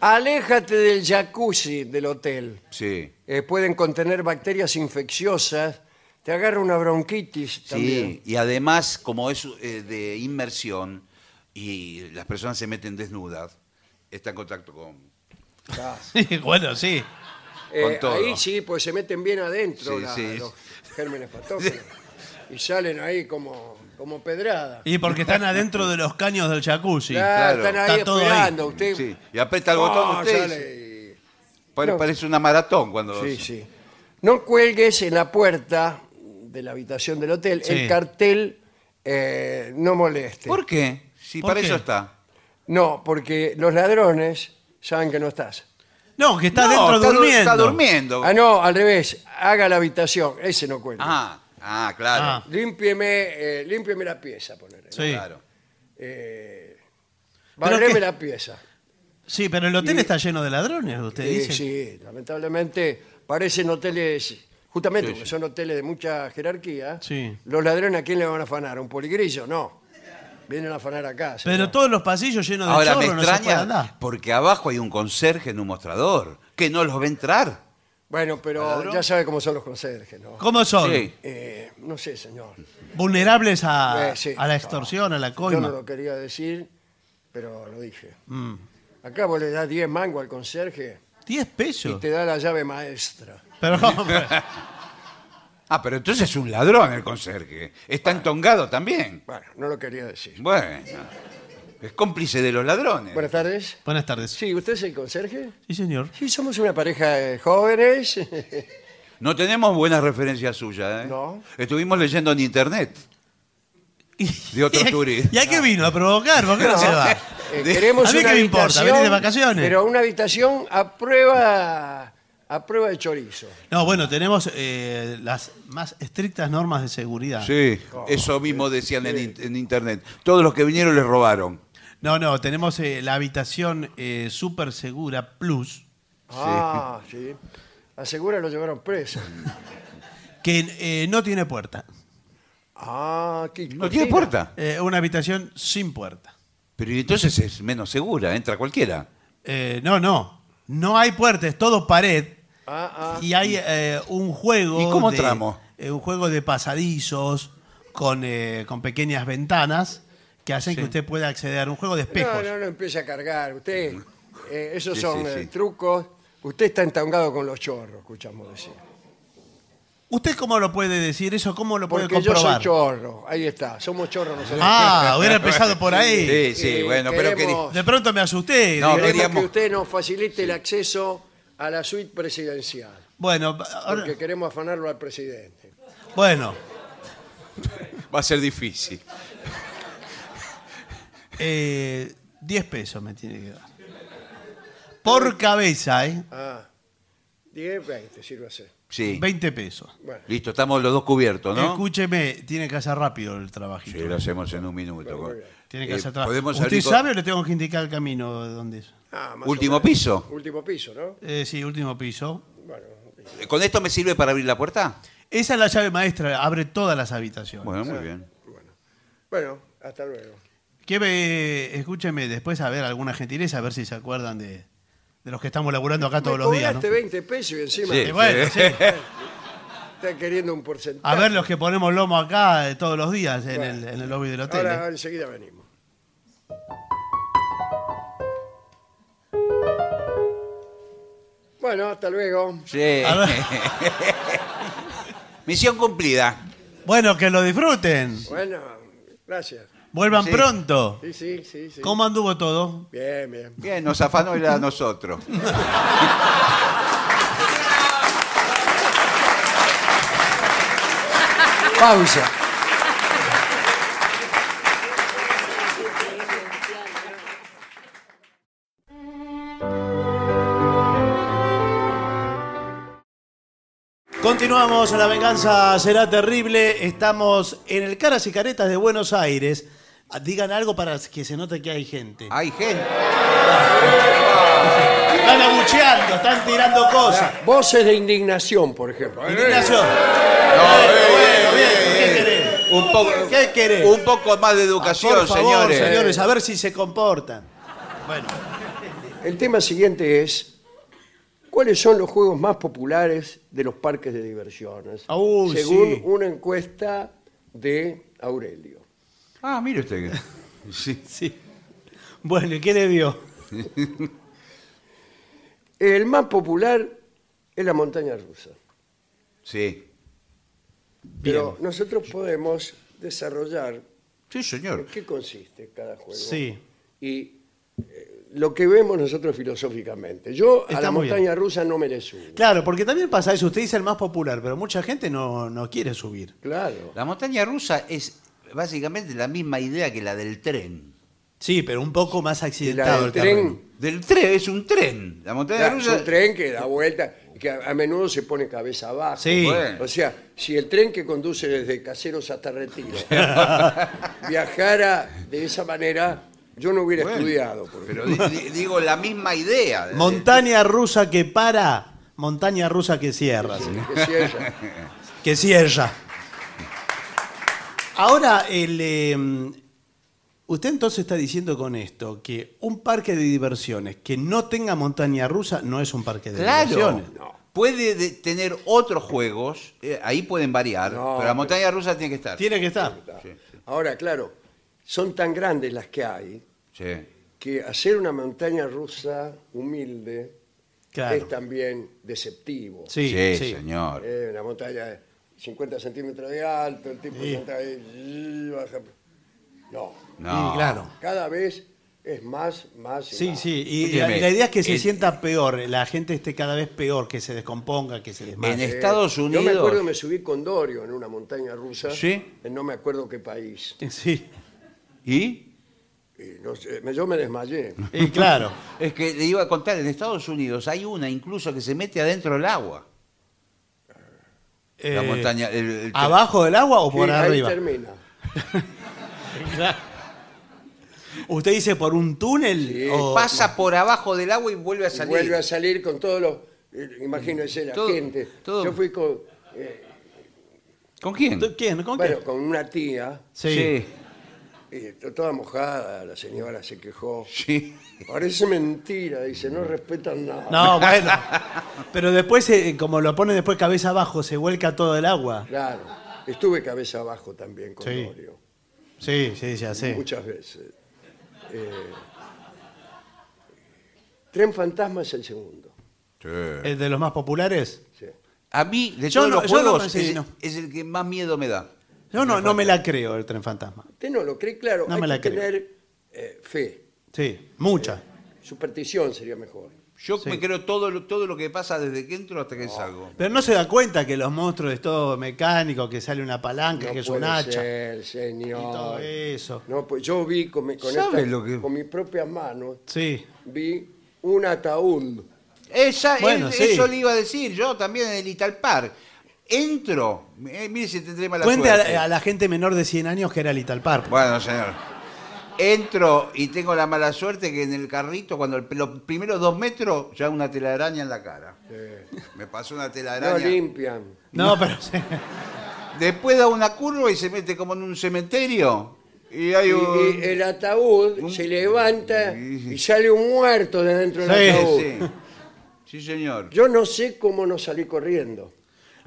Aléjate del jacuzzi del hotel. Sí. Eh, pueden contener bacterias infecciosas. Te agarra una bronquitis también. Sí, y además, como es eh, de inmersión y las personas se meten desnudas, está en contacto con. Sí, bueno, sí. Eh, con todo. Ahí sí, pues se meten bien adentro Sí, la- sí. los gérmenes patógenos. Y salen ahí como, como pedrada. Y porque están adentro de los caños del jacuzzi. Claro, claro, están ahí está todo ahí. esperando. Usted Sí, y aprieta el botón Ah, usted. sale y- y- pare- No. Parece una maratón cuando. Sí, sí. No cuelgues en la puerta de la habitación del hotel Sí. el cartel eh, no moleste. ¿Por qué? Si ¿Por para qué? eso está. No, porque los ladrones saben que no estás. No, que está No, adentro está, du- durmiendo. Está durmiendo. Ah, no, al revés. Haga la habitación. Ese no cuelga. Ah, ah, claro. Ah. Límpieme, eh, límpieme la pieza, ponele. Sí. claro. Eh, ¿Pero barreme qué? la pieza. Sí, pero el hotel está lleno de ladrones, usted Eh, dice. sí, lamentablemente parecen hoteles, justamente Sí, porque sí. son hoteles de mucha jerarquía. Sí. Los ladrones a quién le van a afanar, ¿A un poligrillo, no. Vienen a afanar acá. Pero señor. todos los pasillos llenos de Ahora me chorro, no se puede extraña andar. porque abajo hay un conserje en un mostrador que no los ve entrar. Bueno, pero ¿Ladrón? ya sabe cómo son los conserjes, ¿no? ¿Cómo son? Sí. Eh, no sé, señor. Vulnerables a, Eh, sí. a la extorsión, a la Yo coima. Mm. no lo quería decir, pero lo dije. Acá vos le das 10 mango al conserje ¿Diez y pesos? te da la llave maestra. Pero, hombre, Ah, pero entonces es un ladrón el conserje. Está entongado también. Bueno, no lo quería decir. Bueno, es cómplice de los ladrones. Buenas tardes. buenas tardes. Sí. Sí, ¿usted es el conserje? señor. Sí, somos una pareja de jóvenes. Eh, No tenemos buenas referencias suyas, ¿eh? No. Estuvimos leyendo en internet. De otros ¿Y a- turistas. ¿Y a qué vino? ¿A provocar? ¿Por qué no, se va? Eh, De- queremos A mí una qué me importa, habitación, venís de vacaciones. Pero una habitación a prueba, a prueba de chorizo. No, bueno, tenemos eh, las más estrictas normas de seguridad. Sí, eso mismo decían en, in- en internet. Todos los que vinieron les robaron. No, no, tenemos eh, la habitación eh, super segura plus, Ah, sí. Asegura lo llevaron preso. que eh, no tiene puerta. Ah, qué No tiene cortina. puerta. Eh, una habitación sin puerta. Pero y entonces es menos segura, entra cualquiera. Eh, no, no. No hay puerta, es todo pared. Ah, ah. Y hay eh, un juego. ¿Y cómo de- entramos? eh, un juego de pasadizos con, eh, con pequeñas ventanas que hacen que usted pueda acceder. Un juego de No, espejos. no, no empiece a cargar. Usted, eh, esos Sí, son sí, eh, sí. trucos. Usted está entangado con los chorros, escuchamos decir. ¿Usted cómo lo puede decir eso? ¿Cómo lo puede Porque yo soy comprobar? chorro. Ahí está. Somos chorros nosotros. ah, hubiera empezado por ahí. Sí, sí, Eh, bueno, pero que... queremos- De pronto me asusté. No, Digo, Queremos queríamos- que usted nos facilite el acceso a la suite presidencial. Bueno, ahora- Porque queremos afanarlo al presidente. bueno va a ser difícil. eh, 10 pesos me tiene que dar. Por cabeza, ¿eh? Ah, 10, 20, sirve así. Sí. 20 pesos. Bueno, Listo, estamos los dos cubiertos, ¿no? Escúcheme, tiene que hacer rápido el trabajito. Sí, lo hacemos en un minuto. Muy bien. Tiene que Eh, hacer trabajo. podemos ¿Usted salir con- sabe o le tengo que indicar el camino de dónde es? ah, más Último o menos. piso. Último piso, ¿no? Eh, sí, último piso. Bueno, ¿Con esto me sirve para abrir la puerta? Esa es la llave maestra, abre todas las habitaciones. Bueno, muy bien. bueno. Bueno, hasta luego. Que me- escúcheme después a ver alguna gentileza, a ver si se acuerdan de, de los que estamos laburando acá todos Me este los días. ¿no? cobraste 20 pesos y encima Sí. Y bueno, sí. está queriendo un porcentaje. A ver los que ponemos lomo acá eh, todos los días en, el, en el lobby del hotel. Ahora eh. enseguida venimos. Bueno, hasta luego. Sí. A ver. Misión cumplida. Bueno, que lo disfruten. Bueno, gracias. Vuelvan Sí. pronto. Sí, sí, sí. sí. ¿Cómo anduvo todo? Bien, bien. Bien, nos afanó él a nosotros. Pausa. Continuamos, la venganza será terrible. Estamos en el Caras y Caretas de Buenos Aires. Ah, Digan algo para que se note que hay gente. Hay gente. Están abucheando, están tirando cosas. Voces de indignación, por ejemplo. Indignación. eh, bueno, bien, eh, ¿qué eh. querés? Un poco, ¿Qué querés? un poco más de educación, Por favor, señores. a ver si se comportan. El tema siguiente es, ¿cuáles son los juegos más populares de los parques de diversiones? Ah, uy, según sí. una encuesta de Aurelio. Ah, mire usted. Sí. Bueno, ¿y qué le vio? El más popular es la montaña rusa. Sí. Pero nosotros podemos desarrollar Sí, en señor. qué consiste cada juego. Sí. Y eh, lo que vemos nosotros filosóficamente. Yo a Está la muy bien. montaña rusa no me le subo. Claro, porque también pasa eso. Usted dice el más popular, pero mucha gente no, no quiere subir. Claro. La montaña rusa es básicamente la misma idea que la del tren. Sí, pero un poco más Y la accidentado del el terreno. tren, Del tren, es un tren. La montaña claro, es rusa. un tren que da vuelta, que a a menudo se pone cabeza abajo. Sí. Bueno. O sea, si el tren que conduce desde Caseros hasta Retiro viajara de esa manera, yo no hubiera Bueno, estudiado. por Pero di- di- digo la misma idea. Montaña rusa que para, montaña rusa que cierra. sí. ejemplo. Que si ella- Que cierra. Ahora, el, eh, usted entonces está diciendo con esto que un parque de diversiones que no tenga montaña rusa no es un parque de Claro. diversiones. Puede de- tener otros juegos, eh, ahí pueden variar, No, pero la montaña rusa tiene que estar. Tiene que estar. Ahora, claro, son tan grandes las que hay Sí. que hacer una montaña rusa humilde Claro. es también deceptivo. Sí, Sí, sí. señor. Eh, una montaña de 50 centímetros de alto, el tipo salta ahí, y baja. No, No. Y claro. cada vez es más, más. y Sí, más. sí. Y la, Escúcheme, la idea es que se el- sienta peor, la gente esté cada vez peor, que se descomponga, que se En desmaye. Estados Eh, Yo Unidos. me acuerdo me subí con Dorio en una montaña rusa. Sí. En no me acuerdo qué país. Sí, ¿Y? Y no sé, me- yo me desmayé. y claro. Es que le iba a contar, en Estados Unidos hay una incluso que se mete adentro del agua. Eh, la montaña. el- el- ¿Abajo del agua o por Y ahí arriba? termina. ¿Usted dice por un túnel? Sí. o- eh, Pasa por abajo del agua y vuelve a Y salir. vuelve a salir con todos los. eh, Imagínense la Todo- gente. todo- Yo fui con, ¿Con quién? ¿Tú- ¿Quién? ¿Con bueno, quién? con una tía, Sí. y to- toda mojada, la señora se quejó. Sí. Parece mentira, dice, no respetan nada. No, bueno. Pero después, eh, como lo pone después cabeza abajo, se vuelca todo el agua. Claro, estuve cabeza abajo también con Sí. Dorio, Sí, sí, ya sé. muchas veces. Eh, Tren Fantasma es el segundo. ¿Es de los más populares? sí. A mí, de Yo todos no- los yo no juegos, me- sí, es, no. es el que más miedo me da. Yo no, no me la creo, el tren fantasma. Usted no lo cree, claro, No hay me la que creo. tener eh, fe, Sí, mucha. superstición sería mejor. Yo me creo todo lo, todo lo que pasa desde que entro hasta que salgo. Pero no se da cuenta que los monstruos es todo mecánico, que sale una palanca, No que es puede un hacha. ser, Y todo señor. eso. No, pues yo vi con, mi- con, ¿Sabe esta- lo que- con mis propias manos, Sí. vi un ataúd. Esa, Bueno, es- sí. Eso le iba a decir yo también en el Italpar. Entro. eh, mire si tendré mala Cuente a suerte. la, a la gente menor de 100 años que era el Italpar. Bueno, señor. Entro y tengo la mala suerte que en el carrito, cuando el- los primeros dos metros, ya una telaraña en la cara. eh, Me pasó una No telaraña. limpian. No, pero sí. Después da una curva y se mete como en un cementerio. Y hay Y, un... y el ataúd se levanta y sale un muerto de dentro del Sí, ataúd. Sí. Sí, señor. Yo no sé cómo no salí corriendo,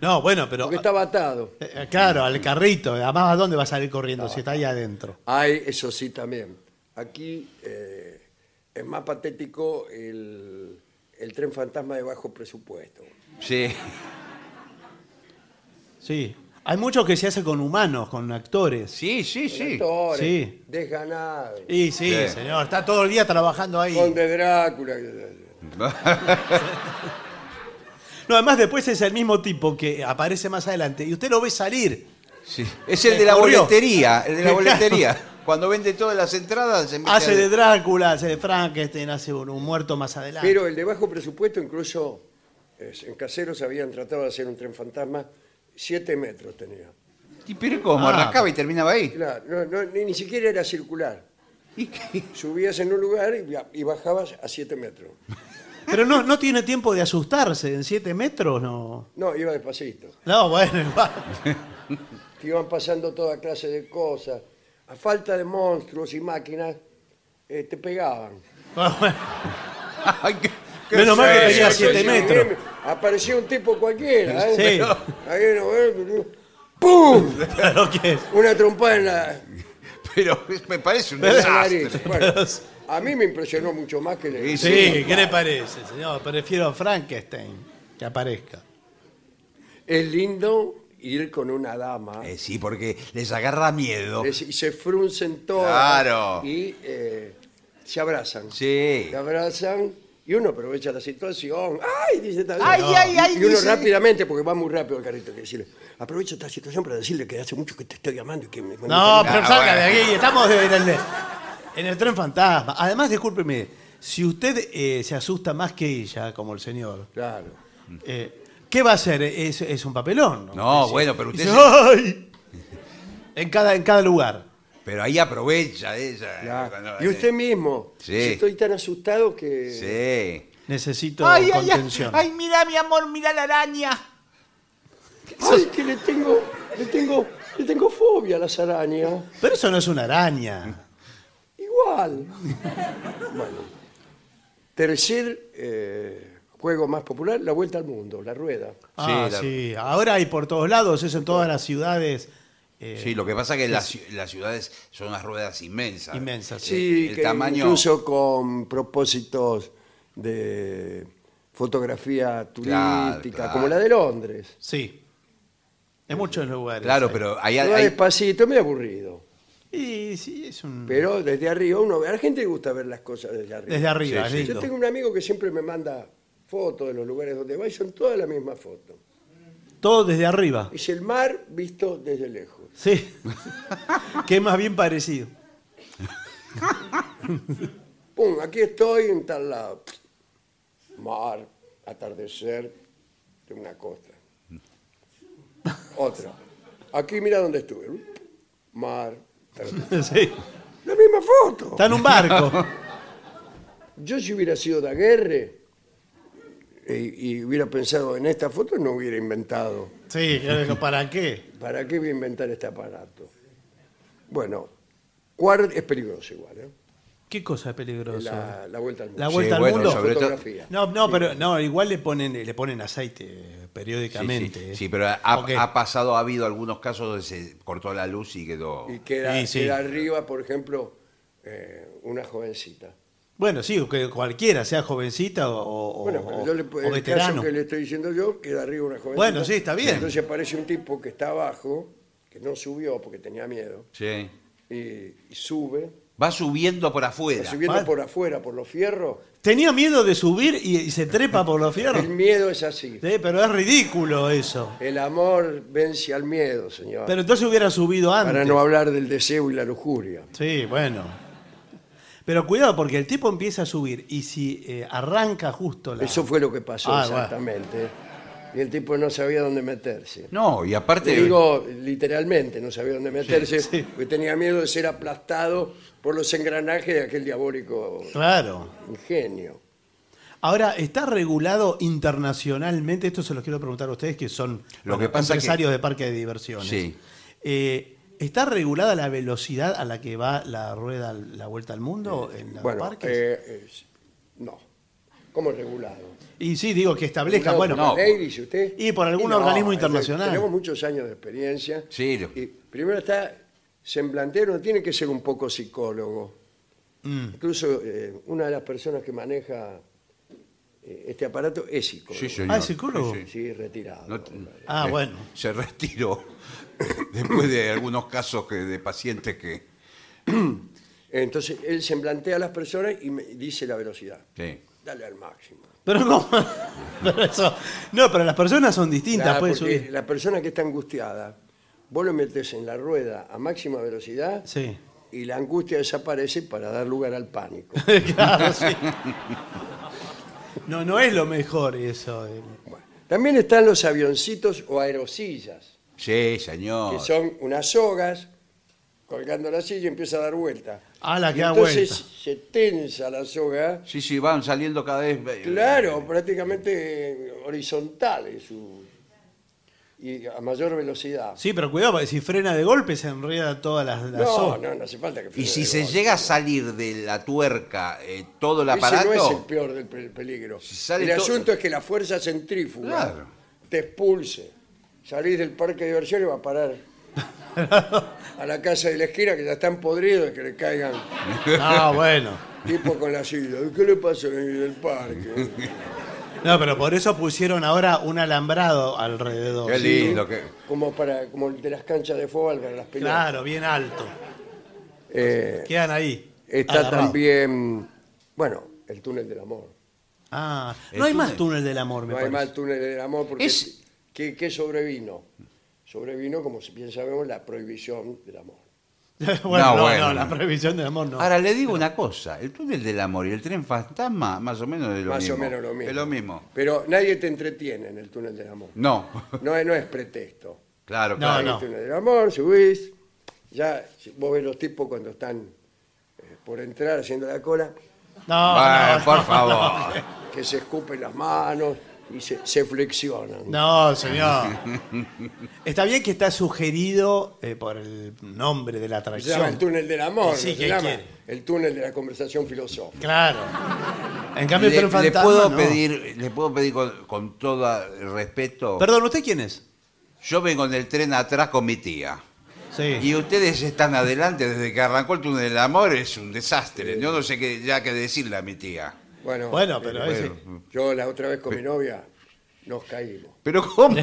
No, ah. bueno, pero. porque estaba atado. Eh, Claro, al carrito. Además, ¿a dónde va a salir corriendo si está ahí adentro? Hay, eso sí, también. Aquí eh, es más patético el, el tren fantasma de bajo presupuesto. Sí. Sí. Hay muchos que se hace con humanos, con actores. Sí, sí, sí. Actores, Sí. desganados, Y sí, Sí. señor, está todo el día trabajando ahí. conde Drácula. No, además después es el mismo tipo que aparece más adelante y usted lo ve salir. Sí. Es el de la Corrió. boletería. El de la Claro. boletería. Cuando vende todas las entradas, se mete Hace al- de Drácula, hace de Frankenstein, hace un, un muerto más adelante. Pero el de bajo presupuesto incluso Es- En Caseros habían tratado de hacer un tren fantasma, siete metros tenía. ¿Y pero cómo? Ah. ¿Arrancaba y terminaba ahí? Claro, no- no, ni, ni siquiera era circular. ¿Y qué? Subías en un lugar y, bia- y bajabas a siete metros. Pero no, no tiene tiempo de asustarse. En siete metros no. No, iba despacito. No, bueno, igual. que iban pasando toda clase de cosas. A falta de monstruos y máquinas, eh, te pegaban. Bueno, bueno. Ay, qué- qué Menos mal que feo. tenía Sí, siete sí, metros. bien, Aparecía un tipo cualquiera. ¿eh? Sí. Ahí uno, eh, ¡Pum! Claro que es. Una trompada en la, en Pero me parece un la desastre. nariz. Bueno, a mí me impresionó mucho más que le- Sí, Sí, ¿qué le parece, señor? Prefiero a Frankenstein que aparezca. Es lindo ir con una dama. Eh, sí, porque les agarra miedo. Es- y se fruncen todas. Claro. Y eh, se abrazan. Sí. Se abrazan y uno aprovecha la situación. ¡Ay! Dice tal- Ay, ay, ay, Y uno dice. rápidamente, porque va muy rápido el carrito, que decirle, aprovecha esta situación para decirle que hace mucho que te estoy llamando y que me... No, pero Ah, salga de bueno. aquí. Estamos en el, en el tren fantasma. Además, discúlpeme, si usted eh, se asusta más que ella, como el señor, Claro. eh, ¿qué va a hacer? Es, es un papelón. No, Dice- bueno, pero usted dice, se- "Ay". En cada, en cada lugar. Pero ahí aprovecha ella. eh, claro. cuando- Y usted mismo. Sí. Dice, Estoy tan asustado que... Sí. Necesito Ay, ay, ay, contención. ay, mira mi amor, mira la araña. ¡Ay, que le tengo, le tengo, le tengo fobia a las arañas! Pero eso no es una araña. Igual. bueno. Tercer eh, juego más popular, la vuelta al mundo, la rueda. Ah, la- sí. Ahora hay por todos lados, eso en todas las ciudades. eh, Sí, lo que pasa es que las, ci- las ciudades son unas ruedas inmensas. Eh, Inmensas, Sí, el Eh, que tamaño. incluso con propósitos de fotografía turística, claro. como la de Londres. Sí. En muchos lugares. Claro, hay. pero ahí, Va ahí- despacito, medio aburrido. Y sí, es un. Pero desde arriba uno ve. A la gente le gusta ver las cosas desde arriba. Desde arriba, Sí, es sí. lindo. Yo tengo un amigo que siempre me manda fotos de los lugares donde va y son todas las mismas fotos. Todo desde arriba. Es el mar visto desde lejos. Sí. que es más bien parecido. Pum, aquí estoy en tal lado. Mar, atardecer de una costa. Otra. Aquí mira dónde estuve. Mar, atardecer. Sí. La misma foto. Está en un barco. Yo si hubiera sido Daguerre eh, y, y hubiera pensado en esta foto, no hubiera inventado. Sí, claro, ¿para qué? ¿Para qué voy a inventar este aparato? Bueno, cuar- es peligroso igual, ¿eh? ¿Qué cosa es peligrosa? La, la vuelta al mundo. La vuelta al bueno, mundo. sobre todo- Fotografía. No, no, pero no, igual le ponen, le ponen aceite eh, Sí, periódicamente. sí, eh. sí, pero ha, Ok. ha pasado, ha habido algunos casos donde se cortó la luz y quedó. Y queda, Sí, sí. queda arriba, por ejemplo, eh, una jovencita. Bueno, sí, que cualquiera, sea jovencita o, o- Bueno, pero yo le, o el veterano. caso que le estoy diciendo yo, queda arriba una jovencita. Bueno, sí, está bien. Entonces aparece un tipo que está abajo, que no subió porque tenía miedo, Sí. y, y sube, Va subiendo por afuera. está subiendo mal. por afuera, por los fierros. Tenía miedo de subir y, y se trepa por los fierros. El miedo es así. Sí, pero es ridículo eso. El amor vence al miedo, señor. Pero entonces hubiera subido antes. Para no hablar del deseo y la lujuria. Sí, bueno. Pero cuidado, porque el tipo empieza a subir y si eh, arranca justo la. Eso fue lo que pasó Ah, bueno. exactamente. Y el tipo no sabía dónde meterse. No, y aparte. Te digo literalmente, no sabía dónde meterse, sí. porque tenía miedo de ser aplastado por los engranajes de aquel diabólico Claro. ingenio. Ahora, ¿está regulado internacionalmente? Esto se los quiero preguntar a ustedes que son Lo que pasa empresarios de parques de diversiones. Sí. Eh, ¿Está regulada la velocidad a la que va la rueda, la vuelta al mundo en los Bueno, parques? eh, es- no. ¿Cómo regulado? y sí, digo que establezca, Regulado bueno, por la no. ley, dice usted. Y por algún organismo internacional. Tenemos muchos años de experiencia. Sí, lo- Y primero está semblantero, tiene que ser un poco psicólogo. Mm. Incluso eh, una de las personas que maneja eh, este aparato es psicólogo. Sí, señor. Ah, ¿es psicólogo? Sí, sí. Sí, retirado. No te- Ah, bueno. Se retiró después de algunos casos que, de pacientes que. Entonces él se plantea a las personas y me dice la velocidad. Sí. Dale al máximo. Pero no. Pero eso, no, pero las personas son distintas, Claro, pueden porque subir. la persona que está angustiada, vos lo metes en la rueda a máxima velocidad Sí. y la angustia desaparece para dar lugar al pánico. claro, sí. No, no es lo mejor eso. eh. Bueno, También están los avioncitos o aerosillas, Sí, que señor. son unas sogas colgando la silla y empieza a dar vuelta. Ah, la que Y da entonces vuelta. se tensa la soga. Sí, sí, van saliendo cada vez. eh, Claro, prácticamente horizontal es su- y a mayor velocidad. Sí, pero cuidado, porque si frena de golpe se enreda todas las, las No, sogas. no, no hace falta que Y frene si de se golpe. llega a salir de la tuerca eh, todo el Ese no aparato. es el peor del pe- peligro. sale el todo- asunto es que la fuerza centrífuga Claro. te expulse. Salís del parque de diversiones y va a parar a la casa de la esquina que ya están podridos de que le caigan Ah, bueno. tipo con la silla. ¿Qué le pasó en el parque? No, pero por eso pusieron ahora un alambrado alrededor. Qué lindo. que- Como para como el de las canchas de fútbol para las pelotas. Claro, bien alto. Eh, Quedan ahí. está agarrados. también, bueno, el túnel del amor. Ah, no hay más túnel del amor, me No hay parece. mal túnel del amor porque Es- ¿qué, qué sobrevino? Sobrevino, como bien sabemos, la prohibición del amor. bueno, No, no, no, bueno. la previsión del amor no. Ahora le digo una cosa: el túnel del amor y el tren fantasma, más o menos es lo Más mismo. o menos lo mismo. Es lo mismo. Pero nadie te entretiene en el túnel del amor. No, No, es- no es pretexto. claro, No, claro. Hay no. el túnel del amor, subís. Ya vos ves los tipos cuando están eh, por entrar haciendo la cola, no, Bueno, no, por no, favor. que se escupen las manos y se, se flexionan. No, señor. Está bien que está sugerido eh, por el nombre de la se llama el atracción. túnel del amor, Sí, no se ¿qué llama quiere? el túnel de la conversación filosófica. Claro. En cambio, el le, tren le fantasma, puedo no. pedir, le puedo pedir con, con todo el respeto. Perdón, ¿usted quién es? Yo vengo en el tren atrás con mi tía. Sí. Y ustedes están adelante desde que arrancó el túnel del amor, es un desastre. Yo no sé qué, ya qué decirle a mi tía. Bueno, eh, Bueno, pero ese- yo la otra vez con mi novia nos caímos. Pero ¿cómo?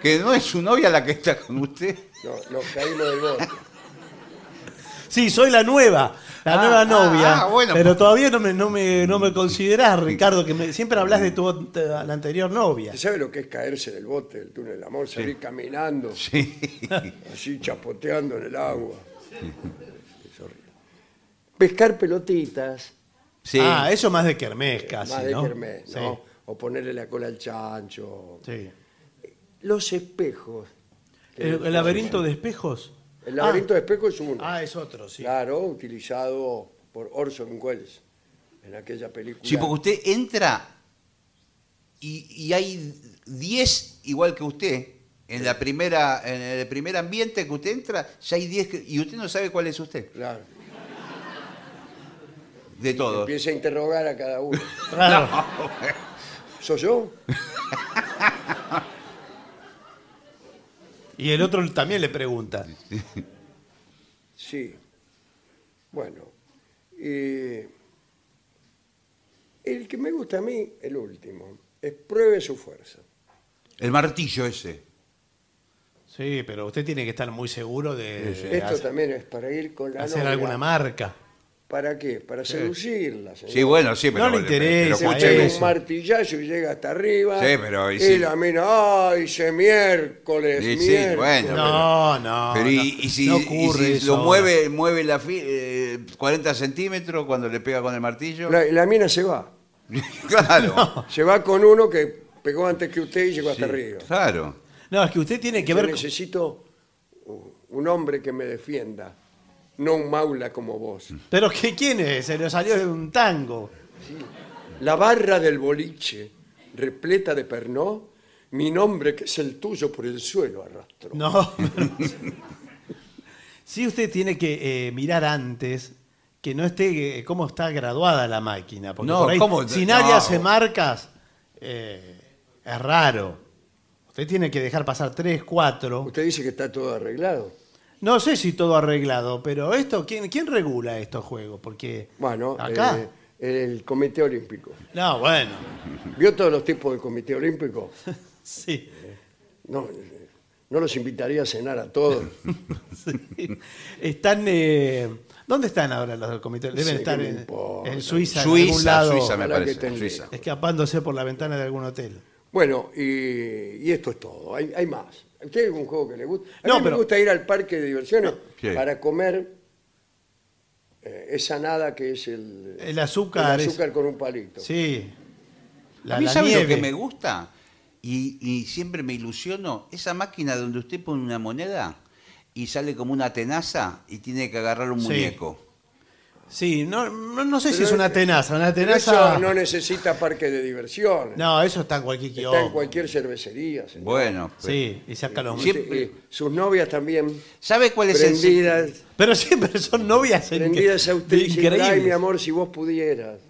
que no es su novia la que está con usted. No, nos caímos del bote. Sí, soy la nueva, la Ah, nueva ah, novia. ah, bueno. pero todavía no me, no me, no me considerás, Ricardo, que me- siempre hablas de tu ot- la anterior novia. ¿Usted sabe lo que es caerse del bote del túnel del amor? Salir caminando, Ah, así chapoteando en el agua. Es horrible. Pescar pelotitas, Sí. Ah, eso más de kermés Ah, casi, más de ¿no? kermés, ¿no? Sí, O ponerle la cola al chancho. sí. Los espejos. El, el laberinto de espejos. El laberinto de espejos es uno. Ah, es otro, sí. Claro, utilizado por Orson Welles en aquella película. Sí, porque usted entra y, y hay 10 igual que usted. En, la primera, en el primer ambiente que usted entra, ya hay 10 que- y usted no sabe cuál es usted. Claro, De todos. empieza a interrogar a cada uno. Claro. ¿Soy yo? Y el otro también le pregunta. Sí. Bueno. eh, el que me gusta a mí, el último, es pruebe su fuerza. El martillo ese. Sí, pero usted tiene que estar muy seguro de, de Esto hacer, también es para ir con la hacer novia. alguna marca. ¿Para qué? Para seducirla. señor. Sí, bueno, sí, pero. No le pero- pero interesa eh. Se escúcheme. pega eso. un martillazo y llega hasta arriba. Sí, pero Y y sí. la mina, ¡ay, se miércoles! Y sí, miércoles". bueno. No, no. Pero no, y, y si, no y ocurre si eso lo ahora. mueve, mueve la fi- eh, 40 centímetros cuando le pega con el martillo. La, la mina se va. Claro. Se va con uno que pegó antes que usted y llegó hasta arriba. Claro. No, es que usted tiene que Yo ver. con- necesito un hombre que me defienda, no un maula como vos. Pero que quién es, se le salió de un tango. La barra del boliche, repleta de pernó, mi nombre que es el tuyo por el suelo arrastró. No. pero- sí, usted tiene que eh, mirar antes que no esté eh, cómo está graduada la máquina. Porque No, por ahí, ¿cómo? sin No. áreas se marcas, eh, es raro. Usted tiene que dejar pasar tres, cuatro. Usted dice que está todo arreglado. No sé si todo arreglado, pero esto, ¿quién, quién regula estos juegos? Porque Bueno, acá. eh, el Comité Olímpico. No, bueno. ¿Vio todos los tipos del Comité Olímpico? Sí. No, eh, no los invitaría a cenar a todos. Sí. Están. eh, ¿Dónde están ahora los del comité? Deben Sí, ¿qué estar me en, importa? en Suiza, en algún Suiza, lado, Suiza me Ojalá que parece. tenga. Suiza. escapándose por la ventana de algún hotel. Bueno, y, y esto es todo. Hay, hay más. ¿A usted algún juego que le gusta? A No, mí pero- me gusta ir al parque de diversiones Sí. para comer eh, esa nada que es el, El azúcar el es- azúcar con un palito. Sí. La, a mí, la ¿sabe lo nieve. que me gusta? y, y siempre me ilusiono, esa máquina donde usted pone una moneda y sale como una tenaza y tiene que agarrar un Sí. muñeco. Sí, no, no, no sé si Pero es una es- tenaza. Una Pero tenaza. Eso no necesita parque de diversión. No, eso está en cualquier Está en kiosco. cualquier cervecería. señor. Bueno, pues, Sí, y saca los. Siempre- Eh, sus novias también ¿sabe cuál es el se- prendidas, Pero siempre son novias. en- prendidas a usted diciendo, ay mi Increíbles. amor, si vos pudieras.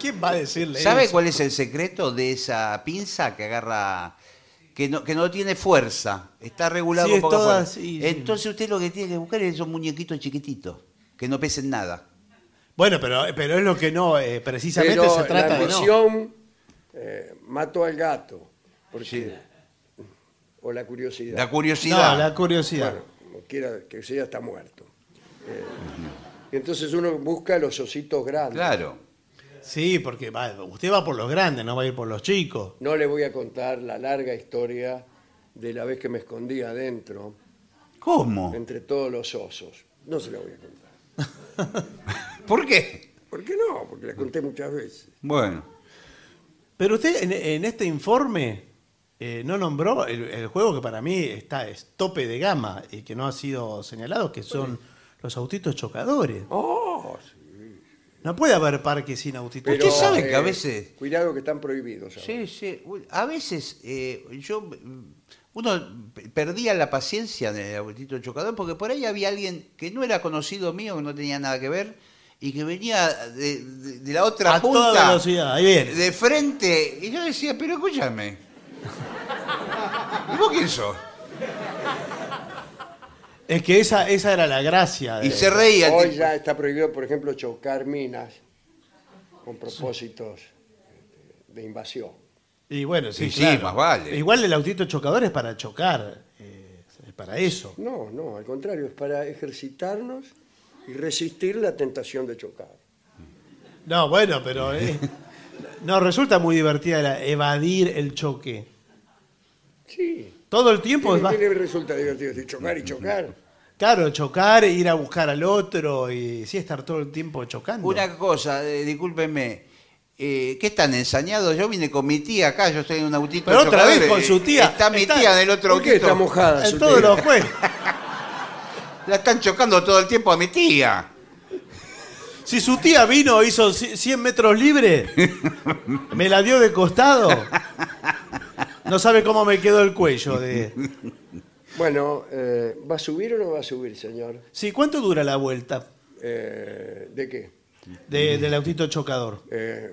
¿Quién va a decirle ¿Sabe eso? cuál es el secreto de esa pinza que agarra que no, que no tiene fuerza? Está regulado Sí, con es poca toda fuerza. así, sí. Entonces usted lo que tiene que buscar es esos muñequitos chiquititos que no pesen nada. Bueno, pero, pero es lo que no, eh, precisamente Pero se trata la de no. ambición eh, mató al gato. Porque, O la curiosidad. La No, curiosidad. la curiosidad. Bueno, como quiera que sea, está muerto. Eh, y entonces uno busca los ositos grandes. Claro. Sí, porque va- usted va por los grandes, no va a ir por los chicos. No le voy a contar la larga historia de la vez que me escondí adentro ¿Cómo? entre todos los osos. No se la voy a contar. ¿Por qué? ¿Por qué no? Porque la conté muchas veces. Bueno. Pero usted en, en este informe eh, no nombró el, el juego que para mí está es tope de gama y que no ha sido señalado, que son los autitos chocadores. Oh, No puede haber parques sin autitos pero, eh, chocadores. sabe que a veces- Cuidado que están prohibidos. ahora. Sí, sí. Uy, A veces eh, yo mm, uno p- perdía la paciencia en el abuelito chocador porque por ahí había alguien que no era conocido mío, que no tenía nada que ver y que venía de, de- de la otra A punta toda velocidad, ahí viene. de frente y yo decía, pero escúchame, ¿y vos quién sos? Es que esa, esa era la gracia. de- Y se reía. el Hoy tipo. ya está prohibido, por ejemplo, chocar minas con propósitos este, de invasión. Y bueno, sí, Y sí, claro. más vale. Igual el autito chocador es para chocar, eh, es para eso. No, no, al contrario, es para ejercitarnos y resistir la tentación de chocar. No, bueno, pero eh, no resulta muy divertida la- evadir el choque. Sí. Todo el tiempo ¿Qué, es Pues va- qué le resulta divertido? Si chocar y chocar. claro chocar, ir a buscar al otro y sí estar todo el tiempo chocando. Una cosa, eh, discúlpenme. Eh, ¿Qué están ensañados? Yo vine con mi tía acá, yo estoy en un autito Pero otra chocador, vez con eh, su tía. Está mi Está- tía en el otro ¿Por qué autito. está mojada En su todos tela? los juegos. La están chocando todo el tiempo a mi tía. Si su tía vino hizo ci- 100 metros libre, me la dio de costado. No sabe cómo me quedó el cuello de. Bueno, eh, ¿va a subir o no va a subir, señor? Sí, ¿cuánto dura la vuelta Eh, ¿De qué? de- del autito chocador? Eh,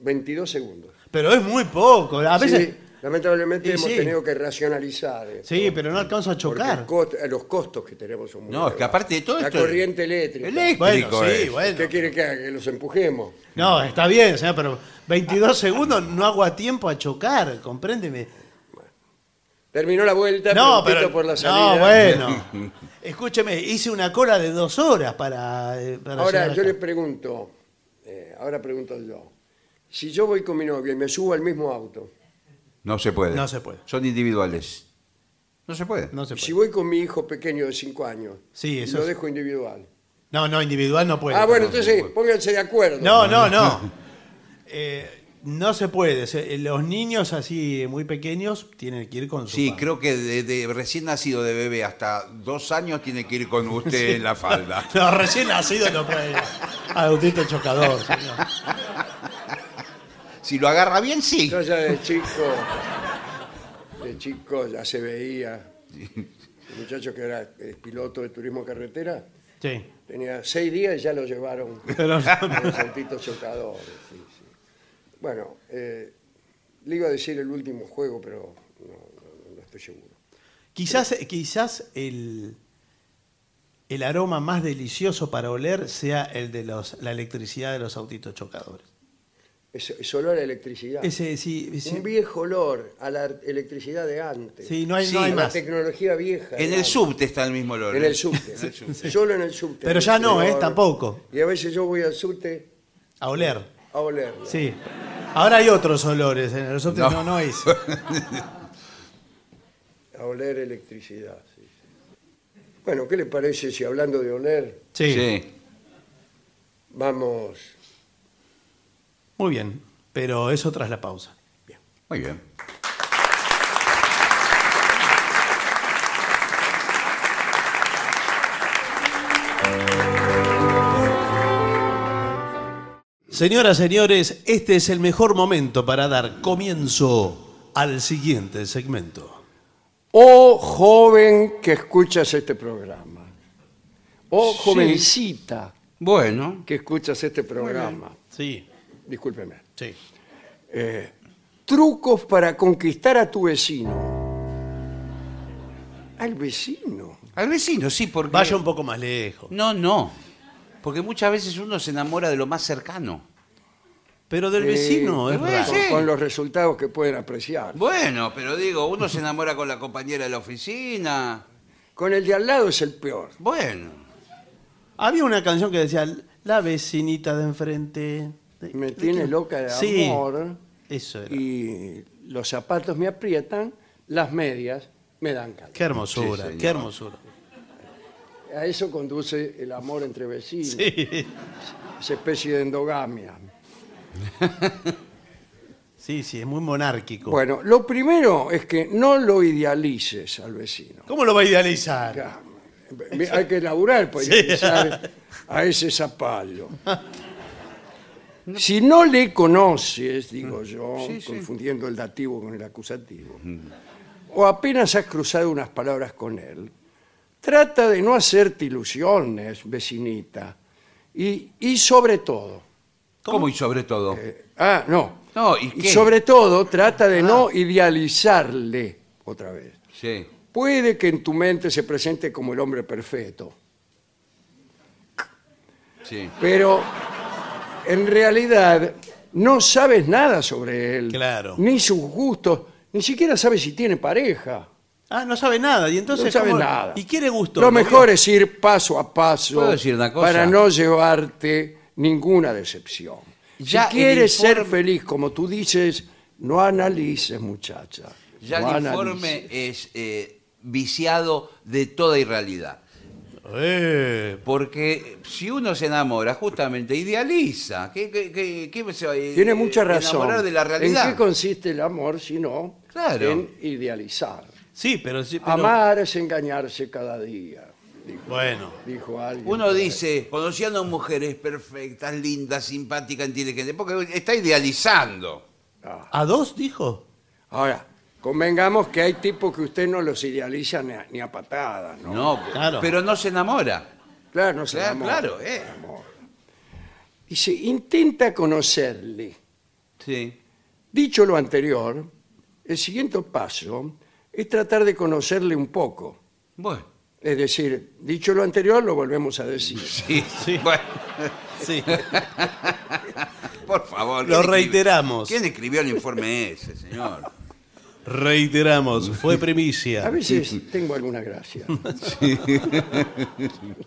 22 segundos. Pero es muy poco. A veces. Sí, lamentablemente Y hemos sí. tenido que racionalizar. esto, Sí, pero no alcanzo a porque chocar. el costo- eh, los costos que tenemos son muy No, es que elevados. aparte de todo La esto- corriente eléctrica. Elé- Bueno, Eléctrico sí, es. bueno. ¿Qué quiere que haga? Que los empujemos. No, está bien, señor, pero 22 segundos no hago a tiempo a chocar, compréndeme. Terminó la vuelta, No, preguntito pero. por la salida. no, bueno. Escúcheme, hice una cola de dos horas para. eh, para Ahora llegar yo acá. le pregunto, eh, ahora pregunto yo, si yo voy con mi novia y me subo al mismo auto, No se puede. No se puede. Son individuales. No se puede. No se puede. si voy con mi hijo pequeño de 5 años, Sí, y eso lo es- dejo individual. No, no, individual no puede. ah, bueno, entonces sí, pónganse de acuerdo. No, no, no. Eh, no se puede. Se- eh, Los niños así muy pequeños tienen que ir con su. Sí, padre. creo que de, de recién nacido de bebé hasta dos años tiene que ir con usted en la falda. No, recién nacido no puede ir. Autito chocador, señor. Si lo agarra bien, sí. Yo ya de chico, de chico ya se veía, el muchacho que era eh, piloto de turismo carretera, Sí. tenía seis días y ya lo llevaron Pero a los saltitos chocadores. sí, sí. Bueno, eh, le iba a decir el último juego, pero no- no- no estoy seguro. Quizás, eh, quizás el, el aroma más delicioso para oler sea el de los, la electricidad de los autitos chocadores. Es, es olor a electricidad. Ese sí, sí, un viejo olor a la electricidad de antes. sí, no hay, Sí, no hay a la más. tecnología vieja. de En el antes. subte está el mismo olor. ¿eh? En el subte. Solo en el subte. Pero ya no, Olor. ¿eh? Tampoco. Y a veces yo voy al subte A oler. a oler. Sí. Ahora hay otros olores en los otros. No, No. no, es. A oler electricidad. sí, sí. Bueno, ¿qué le parece si hablando de oler Sí. Sí. vamos Muy bien. Pero eso tras la pausa. Muy bien. Señoras, señores, este es el mejor momento para dar comienzo al siguiente segmento. Oh joven que escuchas este programa. Oh jovencita Bueno, que escuchas este programa. Sí, Discúlpeme. Eh, sí. Trucos para conquistar a tu vecino. Al vecino. al vecino, sí, porque... Vaya un poco más lejos. No, no. Porque muchas veces uno se enamora de lo más cercano. Pero del vecino Eh, es con- raro. sí. Con los resultados que pueden apreciar. Bueno, pero digo, uno se enamora con la compañera de la oficina. Con el de al lado es el peor. Bueno. Había una canción que decía, la vecinita de enfrente. ¿De- Me de tiene quién? loca de Sí, amor. Eso era. Y los zapatos me aprietan, las medias me dan calor. Qué hermosura, Sí, señor. qué hermosura. A eso conduce el amor entre vecinos, Sí. esa especie de endogamia. sí, sí, es muy monárquico. Bueno, lo primero es que no lo idealices al vecino. ¿Cómo lo va a idealizar? Ya, me- Hay que laburar para idealizar a ese zapallo. Si no le conoces, digo yo, confundiendo el dativo con el acusativo, o apenas has cruzado unas palabras con él, trata de no hacerte ilusiones, vecinita. Y, y sobre todo, ¿Cómo, y sobre todo? Eh, Ah, no. No, ¿y qué? Ah. sobre todo, trata de no idealizarle otra vez. Sí. Puede que en tu mente se presente como el hombre perfecto, Sí. pero en realidad no sabes nada sobre él. Claro. Ni sus gustos, ni siquiera sabes si tiene pareja. Ah, no sabe nada. Y entonces, no sabes ¿cómo- nada. ¿Y quiere gusto? Lo mejor es ir paso a paso ¿Puedo decir una cosa? para no llevarte ninguna decepción. Ya si quieres el informe- ser feliz, como tú dices, no analices, muchacha. Ya no el informe analices. es eh, viciado de toda irrealidad. Eh, Porque si uno se enamora, justamente idealiza. ¿Qué, qué- qué- qué se va a eh, Tiene mucha razón. Enamorar de la ¿En realidad. qué consiste el amor si no Claro. en idealizar? sí, pero... sí, pero- Amar es engañarse cada día, dijo, Bueno, dijo alguien. Uno dice, conocí a dos mujeres perfectas, lindas, simpáticas, inteligentes, porque está idealizando. ¿a dos dijo? Ah, Ahora, convengamos que hay tipos que usted no los idealiza ni a, ni a patadas, ¿no? No, Claro. pero no se enamora. Claro, no se Claro, enamora, claro, eh. se enamora. Dice, intenta conocerle. Sí. Dicho lo anterior, el siguiente paso es tratar de conocerle un poco. Bueno. Es decir, dicho lo anterior, lo volvemos a decir. Sí, Bueno, Sí. por favor. Lo ¿quién escribió- reiteramos. ¿Quién escribió el informe ese, señor? Reiteramos, fue A primicia. veces tengo alguna gracia.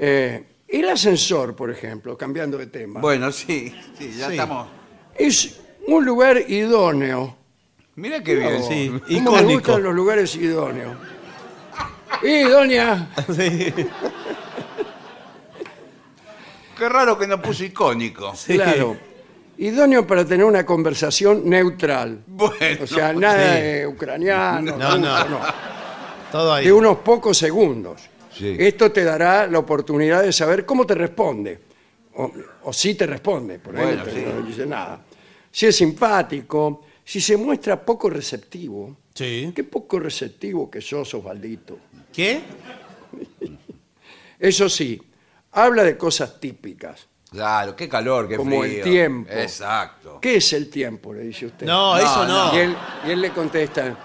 Eh, el ascensor, por ejemplo, cambiando de tema, Bueno, sí, sí, ya Sí. estamos. es un lugar idóneo. Mira qué bien. Sí, Como me icónico. gustan los lugares idóneos. ¡Eh, doña! Sí. Qué raro que no puso icónico. Sí. Claro. Idóneo para tener una conversación neutral. Bueno, O sea, nada sí. de ucraniano, No, ruso, no. no. Todo ahí. de unos pocos segundos. Sí. Esto te dará la oportunidad de saber cómo te responde, o, o si te responde, por Bueno, ejemplo, sí. no dice nada. Si es simpático, si se muestra poco receptivo. Sí. Qué poco receptivo que sos, Osvaldito. ¿Qué? Eso sí, habla de cosas típicas. claro, qué calor, qué Como el frío. tiempo. Exacto. ¿Qué es el tiempo? Le dice usted. No, eso no. Y él, y él le contesta,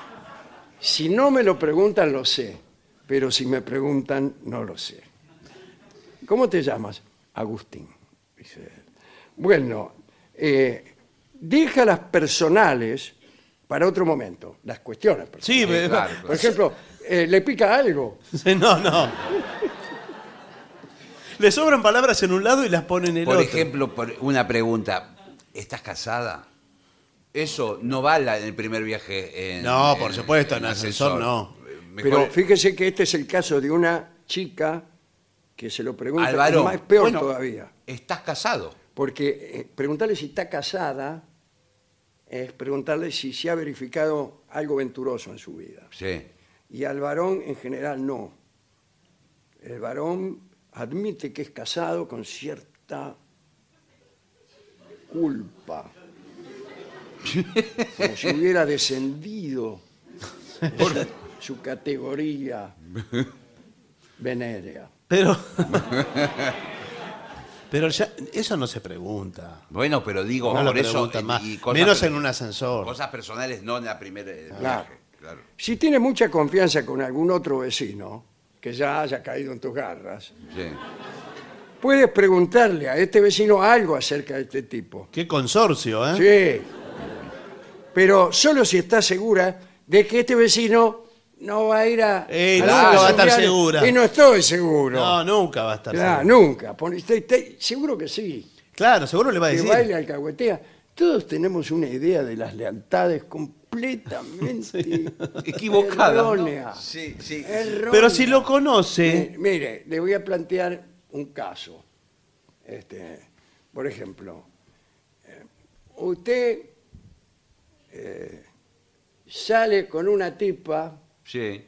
si no me lo preguntan, lo sé, pero si me preguntan, no lo sé. ¿Cómo te llamas? Agustín. Dice él. Bueno, eh, deja las personales para otro momento, las cuestiones. personales. Sí, pero- claro, Por ejemplo, eh, ¿le pica algo? Sí, no, no. Le sobran palabras en un lado y las ponen en el Por otro. ejemplo, por una pregunta. ¿Estás casada? Eso no vale en el primer viaje. en- No, por supuesto, en ascensor no. Mejor- Pero fíjese que este es el caso de una chica que se lo pregunta. al varón. Es más, es peor Bueno, todavía. ¿Estás casado? Porque eh, preguntarle si está casada es preguntarle si se ha verificado algo venturoso en su vida. Sí. Y al varón en general no. El varón admite que es casado con cierta culpa. Como si hubiera descendido por su categoría venérea. Pero. pero ya, eso no se pregunta. Bueno, pero digo, No lo por eso. pregunta y- más. y cosas Menos per- en un ascensor. Cosas personales, no en la primera. eh, en el Claro. viaje, claro. Si tienes mucha confianza con algún otro vecino que ya haya caído en tus garras, Sí. puedes preguntarle a este vecino algo acerca de este tipo. Qué consorcio, ¿eh? Sí. Pero solo si estás segura de que este vecino no va a ir a. Eh, a nunca lugares va a estar sociales. segura. Y no estoy seguro. No, nunca va a estar. Claro, seguro. nunca. Pon- estoy- estoy- seguro que sí. Claro, seguro le va a Que decir. baile alcahuetea. Todos tenemos una idea de las lealtades completamente Equivocada, ¿no? errónea. Sí, sí. Errónea. Pero si lo conoce. Mi- Mire, le voy a plantear un caso. Este, por ejemplo, eh, usted eh, sale con una tipa Sí.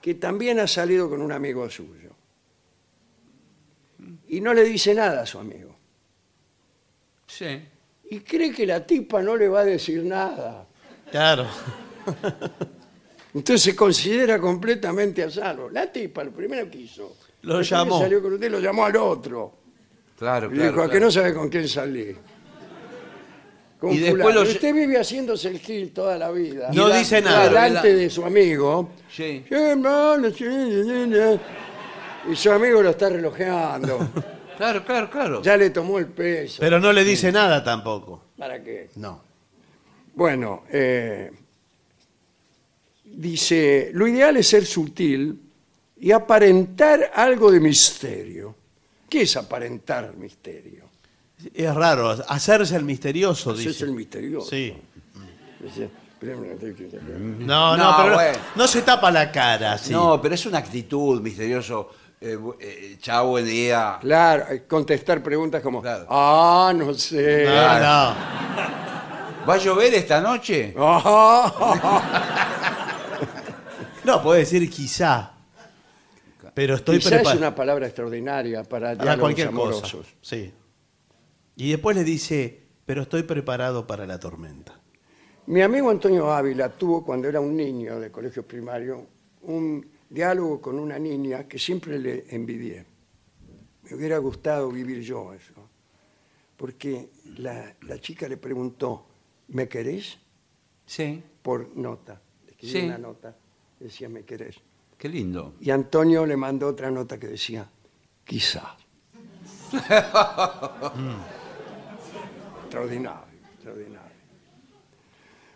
que también ha salido con un amigo suyo. Y no le dice nada a su amigo. Sí. Y cree que la tipa no le va a decir nada. Claro. Entonces se considera completamente a salvo. La tipa, lo primero que hizo. Lo después que llamó. Salió con usted, lo llamó al otro. Claro, Y claro. dijo, ¿a que claro. no sabe con quién salí? Con Y después fulano. lo- Y Usted vive haciéndose el gil toda la vida. No Y da- dice nada. claro, delante y da- de su amigo. Sí. "Sí, mano, sí, sí, sí". Y su amigo lo está relojeando. Claro, claro, claro. ya le tomó el peso. Pero no le dice nada tampoco. ¿Para qué? No. Bueno, eh, dice, lo ideal es ser sutil y aparentar algo de misterio. ¿Qué es aparentar misterio? Es raro. Hacerse el misterioso, Eso es dice. el misterioso. Sí. Dice, No, no, No, pero no- bueno. no se tapa la cara, sí. No, pero es una actitud misterioso. Eh, bu- eh, chao, buen día. Claro, eh, contestar preguntas como, Claro. ah, no sé. No, no. ¿Va a llover esta noche? Ah, No, puede decir quizá. Pero estoy quizá es preparado. una palabra extraordinaria para Para diálogos cualquier cosa. amorosos. Sí. Y después le dice, pero estoy preparado para la tormenta. Mi amigo Antonio Ávila tuvo cuando era un niño de colegio primario un diálogo con una niña que siempre le envidié. Me hubiera gustado vivir yo eso. Porque la, la chica le preguntó, ¿me querés? Sí, Por nota. Le escribí Sí. una nota, decía, ¿me querés? qué lindo. Y Antonio le mandó otra nota que decía, quizá. extraordinario, extraordinario.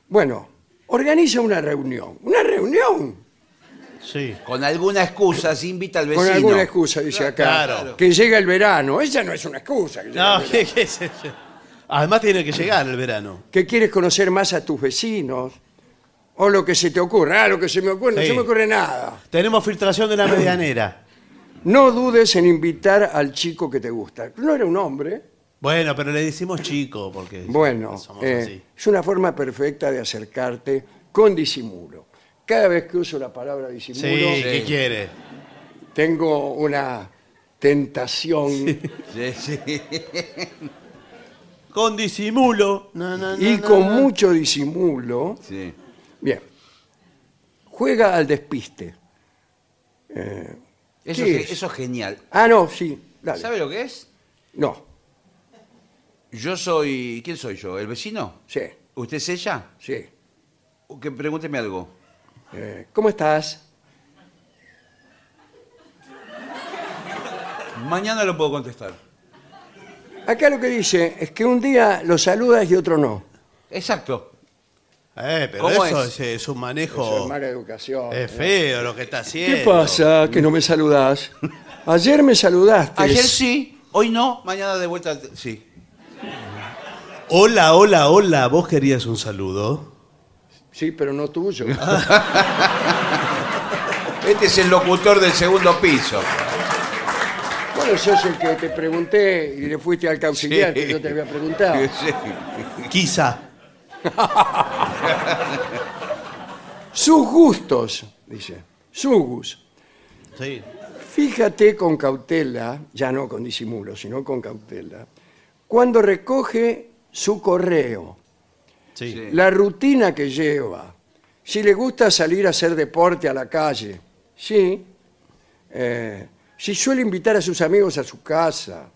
Bueno, organiza una reunión. ¿Una reunión? Sí. Con alguna excusa, se invita al vecino. Con alguna excusa, dice acá. Claro. Que llega el verano. Esa no es una excusa. Que, llega No, el ¿qué, verano. qué es eso? Además tiene que llegar el verano. Que quieres conocer más a tus vecinos. O lo que se te ocurra. Ah, lo que se me ocurre. No Sí. se me ocurre nada. Tenemos filtración de la medianera. No dudes en invitar al chico que te gusta. No era un hombre. Bueno, pero le decimos chico porque Bueno, somos eh, así. es una forma perfecta de acercarte con disimulo. Cada vez que uso la palabra Sí, disimulo, ¿qué quiere? tengo una tentación Sí, sí. Con disimulo. No, no, no, y no, con no. mucho disimulo. sí. Bien, juega al despiste. Eh, Eso, ¿qué es, es? eso es genial. Ah, no, sí, dale. ¿Sabe lo que es? No, Yo soy. ¿Quién soy yo? ¿El vecino? sí, ¿Usted es ella? sí. O Que pregúnteme algo. Eh, ¿Cómo estás? Mañana lo puedo contestar. Acá lo que dice es que un día lo saludas y otro no. Exacto. Eh, pero ¿Cómo eso es? es, es Eso un manejo. es mala educación. Oh. Es ¿no? feo lo que está haciendo. ¿Qué pasa que no me saludás? Ayer me saludaste. Ayer sí, hoy no, mañana de vuelta. te- Sí. Hola, hola, hola. ¿Vos querías un saludo? Sí, pero no tuyo. Este es el locutor del segundo piso. Bueno, sos el que te pregunté y le fuiste al cauciliar que Sí. yo te había preguntado. Sí. Quizá. Sus gustos, dice. Sus gustos. Sí. Fíjate con cautela, ya no con disimulo, sino con cautela, cuando recoge su correo, Sí. Sí. la rutina que lleva, si le gusta salir a hacer deporte a la calle, sí, eh, si suele invitar a sus amigos a su casa,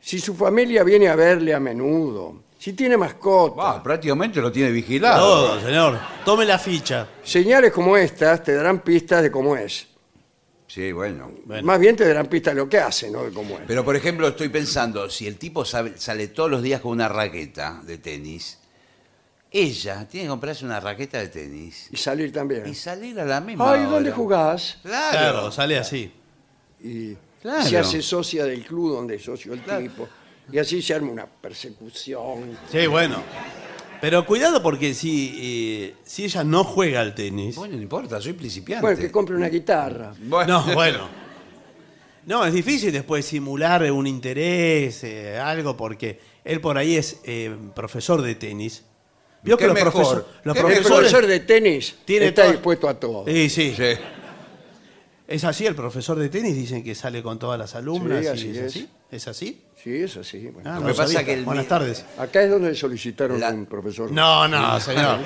si su familia viene a verle a menudo, si tiene mascota. Bah, prácticamente lo tiene vigilado. Todo, señor. Tome la ficha. Señales como estas te darán pistas de cómo es. Sí, bueno. Bueno. Más bien te darán pistas de lo que hace, no de cómo es. Pero por ejemplo, estoy pensando, si el tipo sabe- sale todos los días con una raqueta de tenis, ella tiene que comprarse una raqueta de tenis y salir también. y salir a la misma. Ay, ¿dónde hora. jugás? Claro. Claro, sale así. Y Claro. se hace socia del club donde es socio el Claro. tipo. Y así se arma una persecución. Sí, bueno. Pero cuidado porque si, eh, si ella no juega al tenis. Bueno, no importa, soy principiante. Bueno, que compre una guitarra. Bueno. No, bueno. No, es difícil después simular eh, un interés, eh, algo, porque él por ahí es eh, profesor de tenis. Vio ¿Qué mejor? profeso- los ¿Qué El mejor? profesores. profesor de tenis tiene Eh. está todo- dispuesto a todo. Sí, sí, Sí. Es así, el profesor de tenis dicen que sale con todas las alumnas. Sí, y así es, es. así? ¿Es así? Sí, es así. bueno. Ah, Lo no que pasa sabía. que el Buenas mi- tardes. Acá es donde solicitaron La- un profesor. No, no, señor.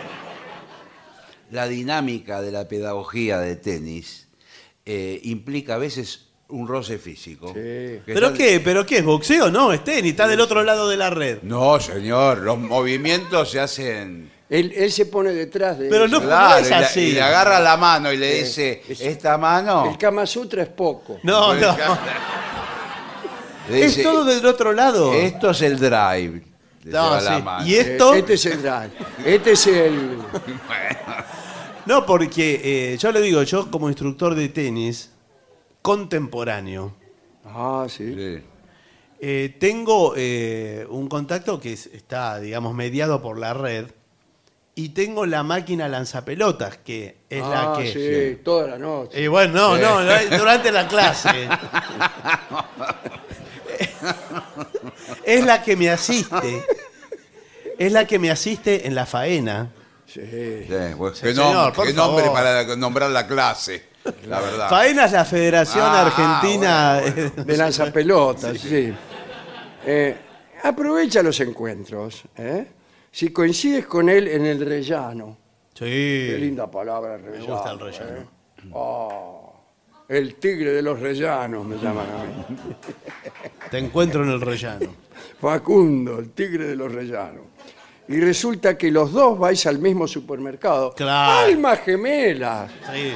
La dinámica de la pedagogía de tenis eh, implica a veces un roce físico. Que ¿Pero está- qué? ¿Pero qué? ¿Es boxeo? No, es tenis, está del otro lado de la red. No, señor, los movimientos se hacen. Él, él se pone detrás de Pero ella. No, no es y la- así. Y le agarra la mano y le Eh, dice, es- esta mano. El Kama Sutra es poco. No, no. Le Es dice, todo del otro lado. Esto es el drive. Le No, lleva la sí. mano. Y Eh, esto. Este es el drag. Este es el. No, porque eh, yo le digo, yo como instructor de tenis contemporáneo, Ah, sí. Sí. eh, tengo eh, un contacto que es- está, digamos, mediado por la red y tengo la máquina lanzapelotas, que es Eh. Ah, la que... sí, toda la noche. Y bueno, no, no, no, durante la clase. es la que me asiste. Es la que me asiste en la faena. Sí. Sí, bueno, Sí, qué señor, nom- por qué nombre favor. para nombrar la clase, la Ah. verdad. Faena es la Federación Ah, Argentina. De lanzapelotas, sí. Eh, aprovecha los encuentros. ¿eh? Si coincides con él en el rellano. Qué Sí. linda palabra, rellano. gusta el rellano. ¿eh? Oh, el tigre de los rellanos me llaman a mí. Te encuentro en el rellano. Facundo, el tigre de los rellanos. Y resulta que los dos vais al mismo supermercado. Claro. ¡Almas gemelas! Sí.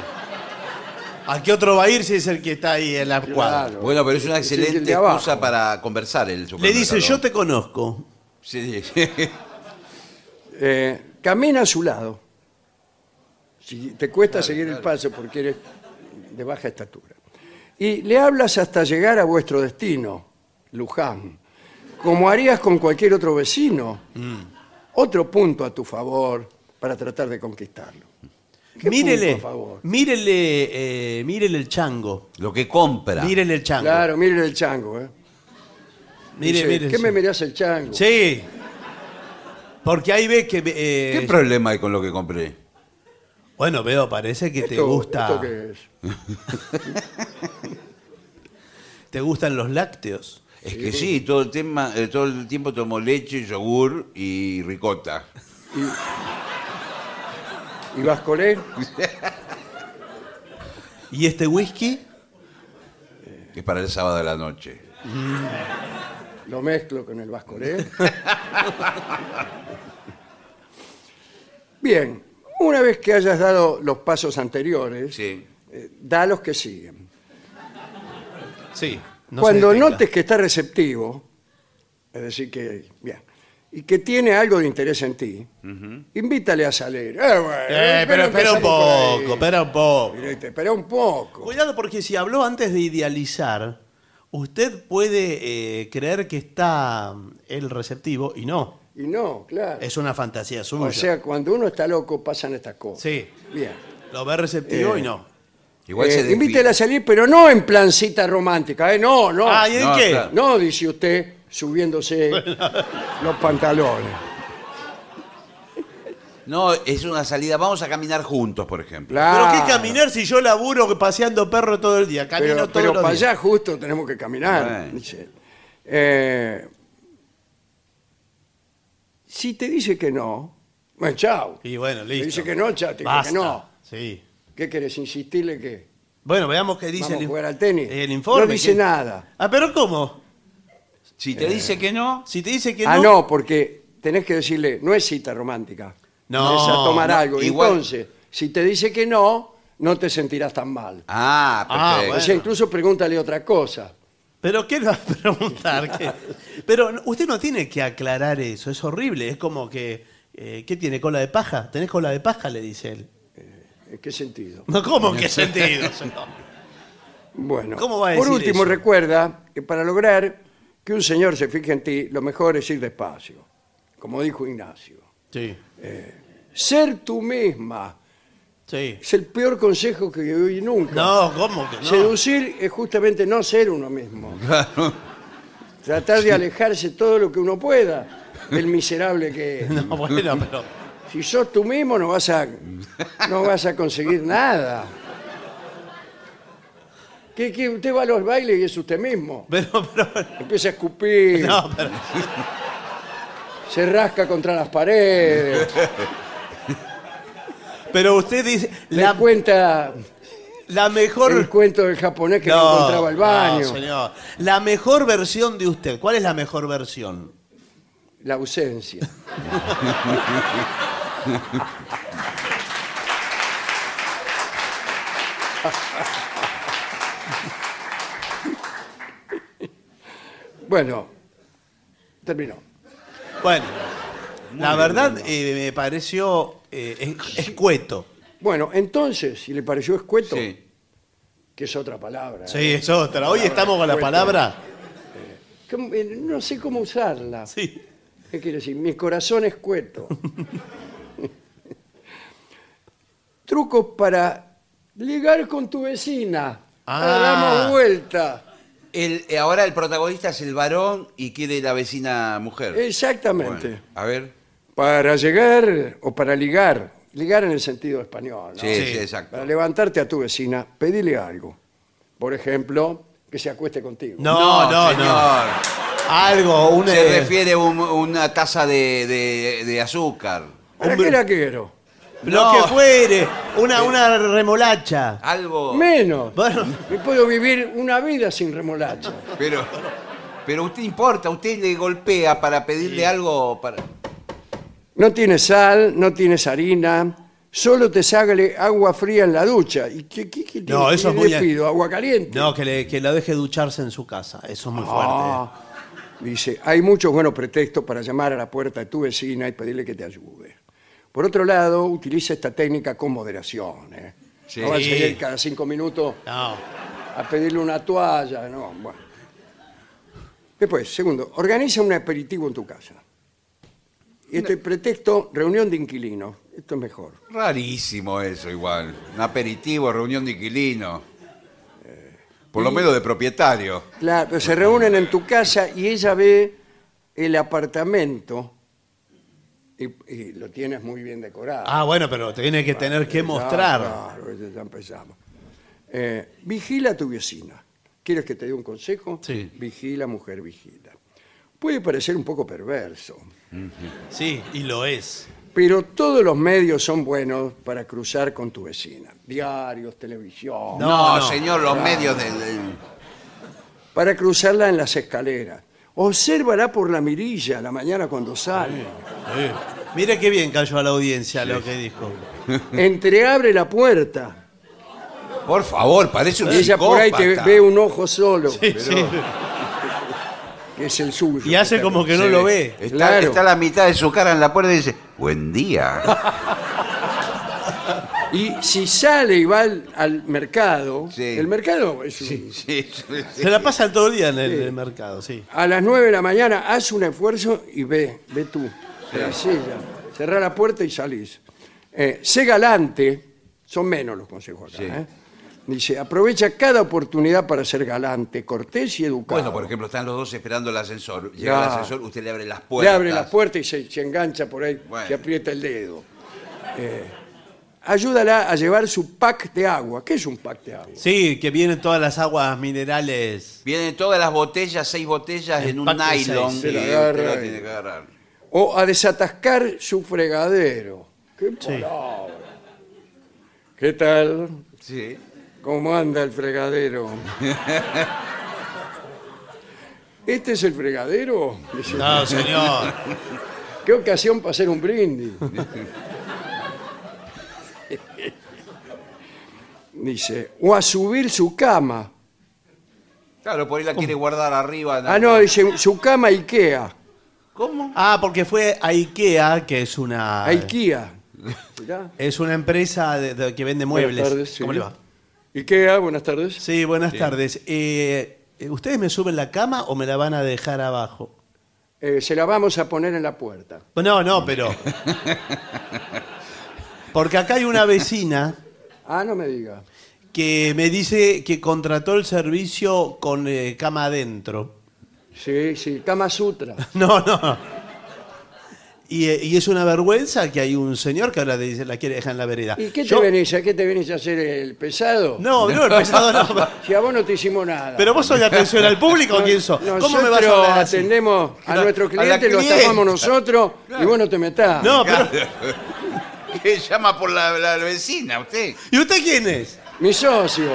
¿A qué otro va a ir si es el que está ahí en la cuadra? Claro. Bueno, pero es una Es el de excelente abajo. excusa para conversar el Le dice, yo supermercado. te conozco. Sí, sí. Eh, camina a su lado. Si te cuesta seguir el paso porque eres de baja estatura. Y le hablas hasta llegar a vuestro destino, Luján, como harías con cualquier otro vecino. Mm. Otro punto a tu favor para tratar de conquistarlo. ¿Qué Mírele, punto a favor? mírele, eh, mírele el chango. Lo que compra. Mírele el chango. Claro, miren el chango. ¿eh? Mire, Dice, mire. ¿Qué sí. me mirás el chango? Sí. Porque ahí ves que... eh, ¿Qué problema hay con lo que compré? bueno, veo, parece que te Esto- gusta... esto qué es? Te gustan los lácteos. Es que sí, todo el, tema, eh, todo el tiempo tomo leche, yogur y ricota. ¿Y vas con él? ¿Y este whisky? que Es para el sábado de la noche. Lo mezclo con el vascolé. Bien, una vez que hayas dado los pasos anteriores, Sí. eh, da los que siguen. Sí. Cuando notes que está receptivo, es decir, que bien, y que tiene algo de interés en ti, invítale a salir. Eh, bueno, pero espera un empezamos por ahí. poco, espera un poco. Directo, espera un poco. Cuidado porque si habló antes de idealizar, usted puede eh, creer que está el receptivo y no. Y no, claro. Es una fantasía suya. o sea, cuando uno está loco pasan estas cosas. sí, Bien. lo ve receptivo Eh, y no. Igual Eh, se invítela a salir, pero no en plancita romántica, ¿eh? No, no. ah, ¿y en no, qué? claro. No, dice usted, subiéndose los pantalones. No, es una salida. Vamos a caminar juntos, por ejemplo. Pero Claro. qué caminar si yo laburo paseando perro todo el día, camino Pero, todo pero el para día. allá justo tenemos que caminar. Bueno. dice. Eh, Si te dice que no, bueno, chao. Y bueno, Te listo. dice que no, chao, te dice Basta. que no. Sí. ¿Qué querés? ¿Insistirle que Bueno, veamos qué dice vamos el, a in- jugar al tenis? el informe. No dice que- nada. Ah, pero ¿cómo? Si te Eh. dice que no, Si te dice que Ah, no. no, porque tenés que decirle, no es cita romántica. No, Es a tomar no, algo. igual- Entonces, si te dice que no, no te sentirás tan mal. ah, Ah, perfecto. O sea, bueno. incluso pregúntale otra cosa. ¿Pero qué le vas a preguntar? ¿Qué? Pero no- usted no tiene que aclarar eso, es horrible. Es como que. eh, ¿Qué tiene? ¿Cola de paja? ¿Tenés cola de paja? Le dice él. ¿En qué sentido? No, ¿cómo? ¿En qué sentido? señor? Bueno, ¿Cómo va a por decir último, eso? recuerda que para lograr que un señor se fije en ti, lo mejor es ir despacio, como dijo Ignacio. Sí. Ser tú misma Sí. es el peor consejo que yo oí nunca. No, ¿cómo que no? Seducir es justamente no ser uno mismo. Tratar de alejarse todo lo que uno pueda del miserable que es. No, bueno, pero. Si sos tú mismo no vas a no vas a conseguir nada. Que, que usted va a los bailes y es usted mismo. Pero, pero. Empieza a escupir, No, pero. se rasca contra las paredes, Pero usted dice. le La, cuenta la el mejor. cuento del japonés que no, encontraba el baño, no, señor. La mejor versión de usted. ¿Cuál es la mejor versión? la ausencia. bueno, terminó. Bueno, la verdad eh, me pareció eh, es- escueto. Bueno, entonces, si le pareció escueto, Sí. que es otra palabra. Sí, es otra. Hoy estamos con la escueto. palabra. ¿Cómo- eh, No sé cómo usarla. Sí. ¿Qué quiere decir? Mi corazón es cueto. Trucos para ligar con tu vecina. Ah, Ah. damos vuelta. El- eh, ahora el protagonista es el varón y quiere la vecina mujer. Exactamente. Bueno, a ver. Para llegar o para ligar. Ligar en el sentido español. ¿no? Sí, Sí. sí, exacto. Para levantarte a tu vecina, pedile algo. Por ejemplo, que se acueste contigo. No, no, no. señor. Algo, un. Se eh, refiere a un- una taza de, de- de azúcar. ¿Para hombre. qué la quiero? Lo No. que fuere. Una, una remolacha. Oh. Algo. Menos. Bueno. Me puedo vivir una vida sin remolacha. Pero, pero usted importa, usted le golpea para pedirle algo. Para... No tienes sal, no tienes harina, solo te sale agua fría en la ducha. ¿Y qué, qué- qué- No, qué eso es le muy- pido? ¿Agua caliente? No, que, le, que la deje ducharse en su casa. Eso es muy fuerte. Ah, dice, hay muchos buenos pretextos para llamar a la puerta de tu vecina y pedirle que te ayude. Por otro lado, utiliza esta técnica con moderación. ¿eh? Sí. No vas a ir cada cinco minutos No. a pedirle una toalla, no, bueno. Después, segundo, organiza un aperitivo en tu casa. Y este pretexto, reunión de inquilinos. Esto es mejor. Rarísimo eso, igual. Un aperitivo, reunión de inquilino. Eh, Por lo menos de propietario. Claro, se reúnen en tu casa y ella ve el apartamento y, y lo tienes muy bien decorado. Ah, bueno, pero tiene que tener que Ya, mostrar. Claro, ya ya empezamos. Eh, vigila a tu vecina. ¿Quieres que te dé un consejo? Sí. Vigila, mujer, vigila. Puede parecer un poco perverso, Sí, y lo es. pero todos los medios son buenos para cruzar con tu vecina. Diarios, televisión. No, No, no. señor, Ah. los medios del. del- Para cruzarla en las escaleras. Obsérvala por la mirilla a la mañana cuando sale. Mire qué bien cayó a la audiencia lo que dijo. entreabre la puerta Por favor, parece un y ella por ahí te psicópata. ve un ojo solo, Sí. que es el suyo. Y hace como que no Se lo ve. Está, Claro. está la mitad de su cara en la puerta y dice: Buen día. Y si sale y va al, al mercado, Sí. el mercado es un- Sí, sí, sí. Se la pasa todo el día en el, en el mercado, sí. a las 9 de la mañana hace un esfuerzo y ve, ve tú, tras ella. Cerrá la puerta y salís. Eh, sé galante, son menos los consejos acá. ¿eh? Dice, aprovecha cada oportunidad para ser galante, cortés y educado. Bueno, por ejemplo, están los dos esperando el ascensor. Llega el Claro. ascensor, usted le abre las Le puertas. abre la puerta y se, se engancha por ahí, Bueno. se aprieta el dedo. Eh, ayúdala a llevar su pack de agua. ¿Qué es un pack de agua? Sí, que vienen todas las aguas minerales. Vienen todas las botellas, seis botellas en un pack de nylon. seis. y Se la usted la agarra y- tiene que agarrar. o a desatascar su fregadero. ¡Qué palabra! ¿Qué tal? Sí. ¿Cómo anda el fregadero? ¿Este es el fregadero? Dice, No, señor. ¿Qué ocasión para hacer un brindis? Dice, o a subir su cama. Claro, por ahí la quiere guardar arriba. Ah, no, dice, su cama IKEA. ¿Cómo? Ah, porque fue a IKEA, que es una. A IKEA. Mirá. Es una empresa de- de- que vende Buenas muebles. tardes, sí. ¿Cómo le va? IKEA, buenas tardes. Sí, buenas tardes. Eh, ¿Ustedes me suben la cama o me la van a dejar abajo? Eh, se la vamos a poner en la puerta. No, no, pero. Porque acá hay una vecina Ah, no me diga. que me dice que contrató el servicio con eh, cama adentro. Sí, sí, Kama Sutra. No, no. Y, eh, y es una vergüenza que hay un señor que ahora dice, la quiere dejar en la vereda. ¿Y qué te Yo- venís a qué te venís a hacer el pesado? No, no, el pesado no. Si a vos no te hicimos nada. Pero vos sos de atención al público, o ¿quién sos? ¿Cómo me vas a Nosotros hablar así? atendemos a la- nuestros a la clientes, los clienta. tapamos nosotros y vos no te metás. No, pero. Que llama por la, la vecina, usted. ¿Y usted quién es? Mi socio.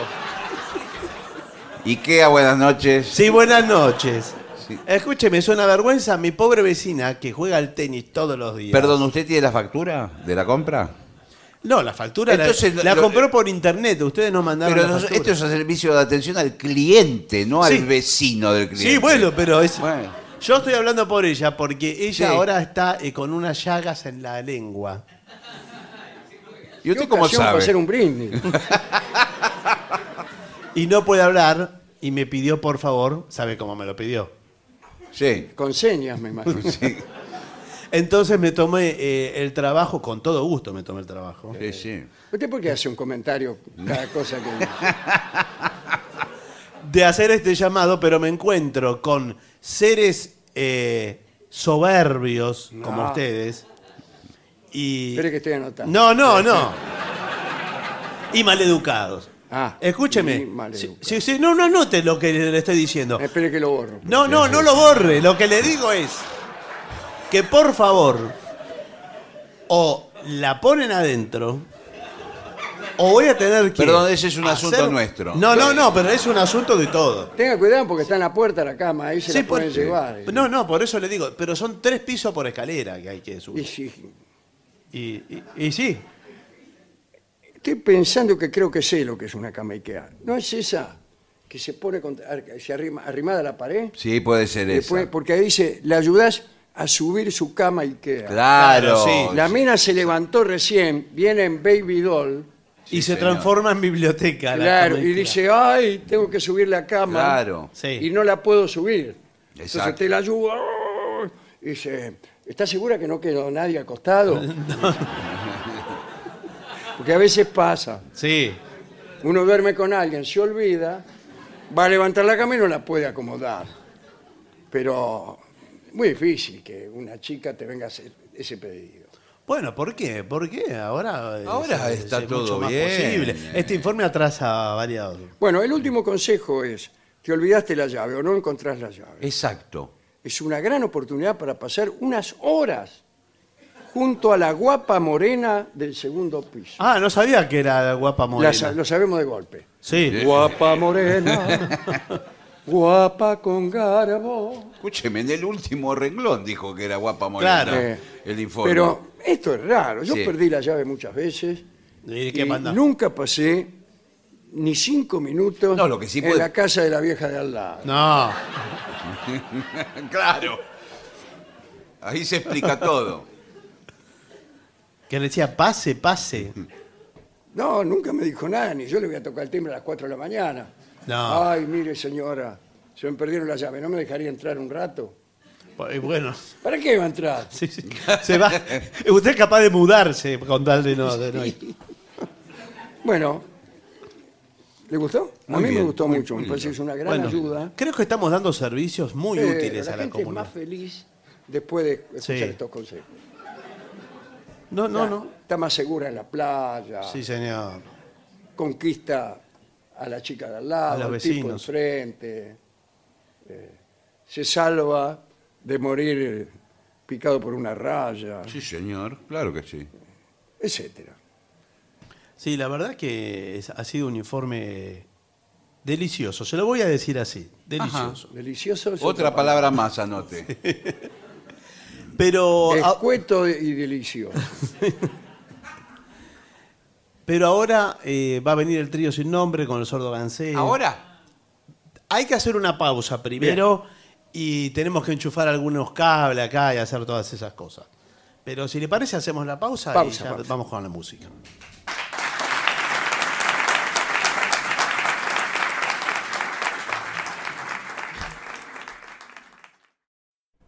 Ikea, Ah, buenas noches. Sí, buenas noches. Sí. Escúcheme, es una vergüenza mi pobre vecina que juega al tenis todos los días. Perdón, ¿usted tiene la factura de la compra? No, la factura la- Entonces, la, lo- lo- compró por internet. Ustedes no mandaron Pero la nos- factura. esto es el servicio de atención al cliente, no Sí. al vecino del cliente. Sí, bueno, pero es. Bueno. Yo estoy hablando por ella porque ella Sí. ahora está eh, con unas llagas en la lengua. ¿Y usted ¿Qué cómo ocasión para sabe? hacer un brindis. Y no puede hablar y me pidió, por favor, ¿sabe cómo me lo pidió? Sí. Con señas, me imagino. Entonces me tomé eh, el trabajo, con todo gusto me tomé el trabajo. Sí, sí. ¿Usted por qué hace un comentario cada cosa que dice? de hacer este llamado, pero me encuentro con seres eh, soberbios como ustedes. Y. Espere que estoy anotando. No, no, no. Y maleducados. Ah, y Escúcheme. maleducados. Sí, sí, no, no anote lo que le estoy diciendo. Espere que lo borro. No, no, no lo borre. Lo que le digo es que por favor o la ponen adentro o voy a tener que. Perdón, ese es un hacer- asunto nuestro. No, no, no, pero es un asunto de todo. Tenga cuidado porque está en la puerta la cama, ahí se Sí, la pueden por- llevar. eh. No, no, por eso le digo, pero son tres pisos por escalera que hay que Y subir. sí, Y, y- y sí, estoy pensando que creo que sé lo que es una cama Ikea. ¿No es esa que se pone contra- se arrima, arrimada a la pared? Sí, puede ser Y eso. después- porque ahí dice, le ayudás a subir su cama Ikea. Claro. Claro, sí. La mina se levantó recién, viene en Baby Doll, y se señor. transforma en biblioteca. la claro, y cama dice, ay, tengo que subir la cama. Claro. Sí. Y no la puedo subir. Entonces Exacto. te la ayuda y dice, ¿estás segura que no quedó nadie acostado? Porque a veces pasa. Sí, Uno duerme con alguien, se olvida, va a levantar la cama y no la puede acomodar. Pero muy difícil que una chica te venga a hacer ese pedido. bueno, ¿por qué? ¿Por qué? Ahora, eh, Ahora es- está es mucho todo más bien. eh. posible. Este informe atrasa varios. Bueno, el último consejo es, te olvidaste la llave o no encontrás la llave. Exacto. Es una gran oportunidad para pasar unas horas junto a la guapa morena del segundo piso. Ah, no sabía que era guapa La sa- morena. lo sabemos de golpe. Sí. Guapa morena, guapa con garbo. Escúcheme, en el último renglón dijo que era guapa morena. Claro. Eh, Ah, El informe. Pero esto es raro. Yo Sí. perdí la llave muchas veces ¿Y y qué manda? nunca pasé ni cinco minutos No, lo que sí en puede- la casa de la vieja de al lado. No. claro. Ahí se explica todo. Que le decía, pase, pase. No, nunca me dijo nada, ni yo le voy a tocar el timbre a las 4 de la mañana. No. Ay, mire señora, se me perdieron la llave, ¿no me dejaría entrar un rato? Y Pues, Bueno, ¿Para qué va a entrar? sí, sí. Se va. Usted es capaz de mudarse con tal de no, de no ir. Bueno, ¿le gustó? a Muy mí me bien, gustó muy- mucho, me muy parece que es una gran Bueno, ayuda. Creo que estamos dando servicios muy Eh, útiles a la gente es comunidad. más feliz después de escuchar Sí. estos consejos. No, no, Ya, no. Está más segura en la playa, Sí, señor. conquista a la chica de al A lado, los al tipo vecinos. enfrente. eh, se salva de morir picado por una raya, Sí, señor, claro que sí. etcétera. Sí, la verdad que es- ha sido un informe delicioso. Se lo voy a decir así, delicioso. Delicioso. es Otra palabra más, anote. Pero, a- Escueto y delicioso. pero ahora eh, va a venir el trío sin nombre con el sordo Gansé. Ahora, Hay que hacer una pausa primero y tenemos que enchufar algunos cables acá y hacer todas esas cosas. Pero si le parece, hacemos la pausa, Pausa, y ya pausa. vamos con la música.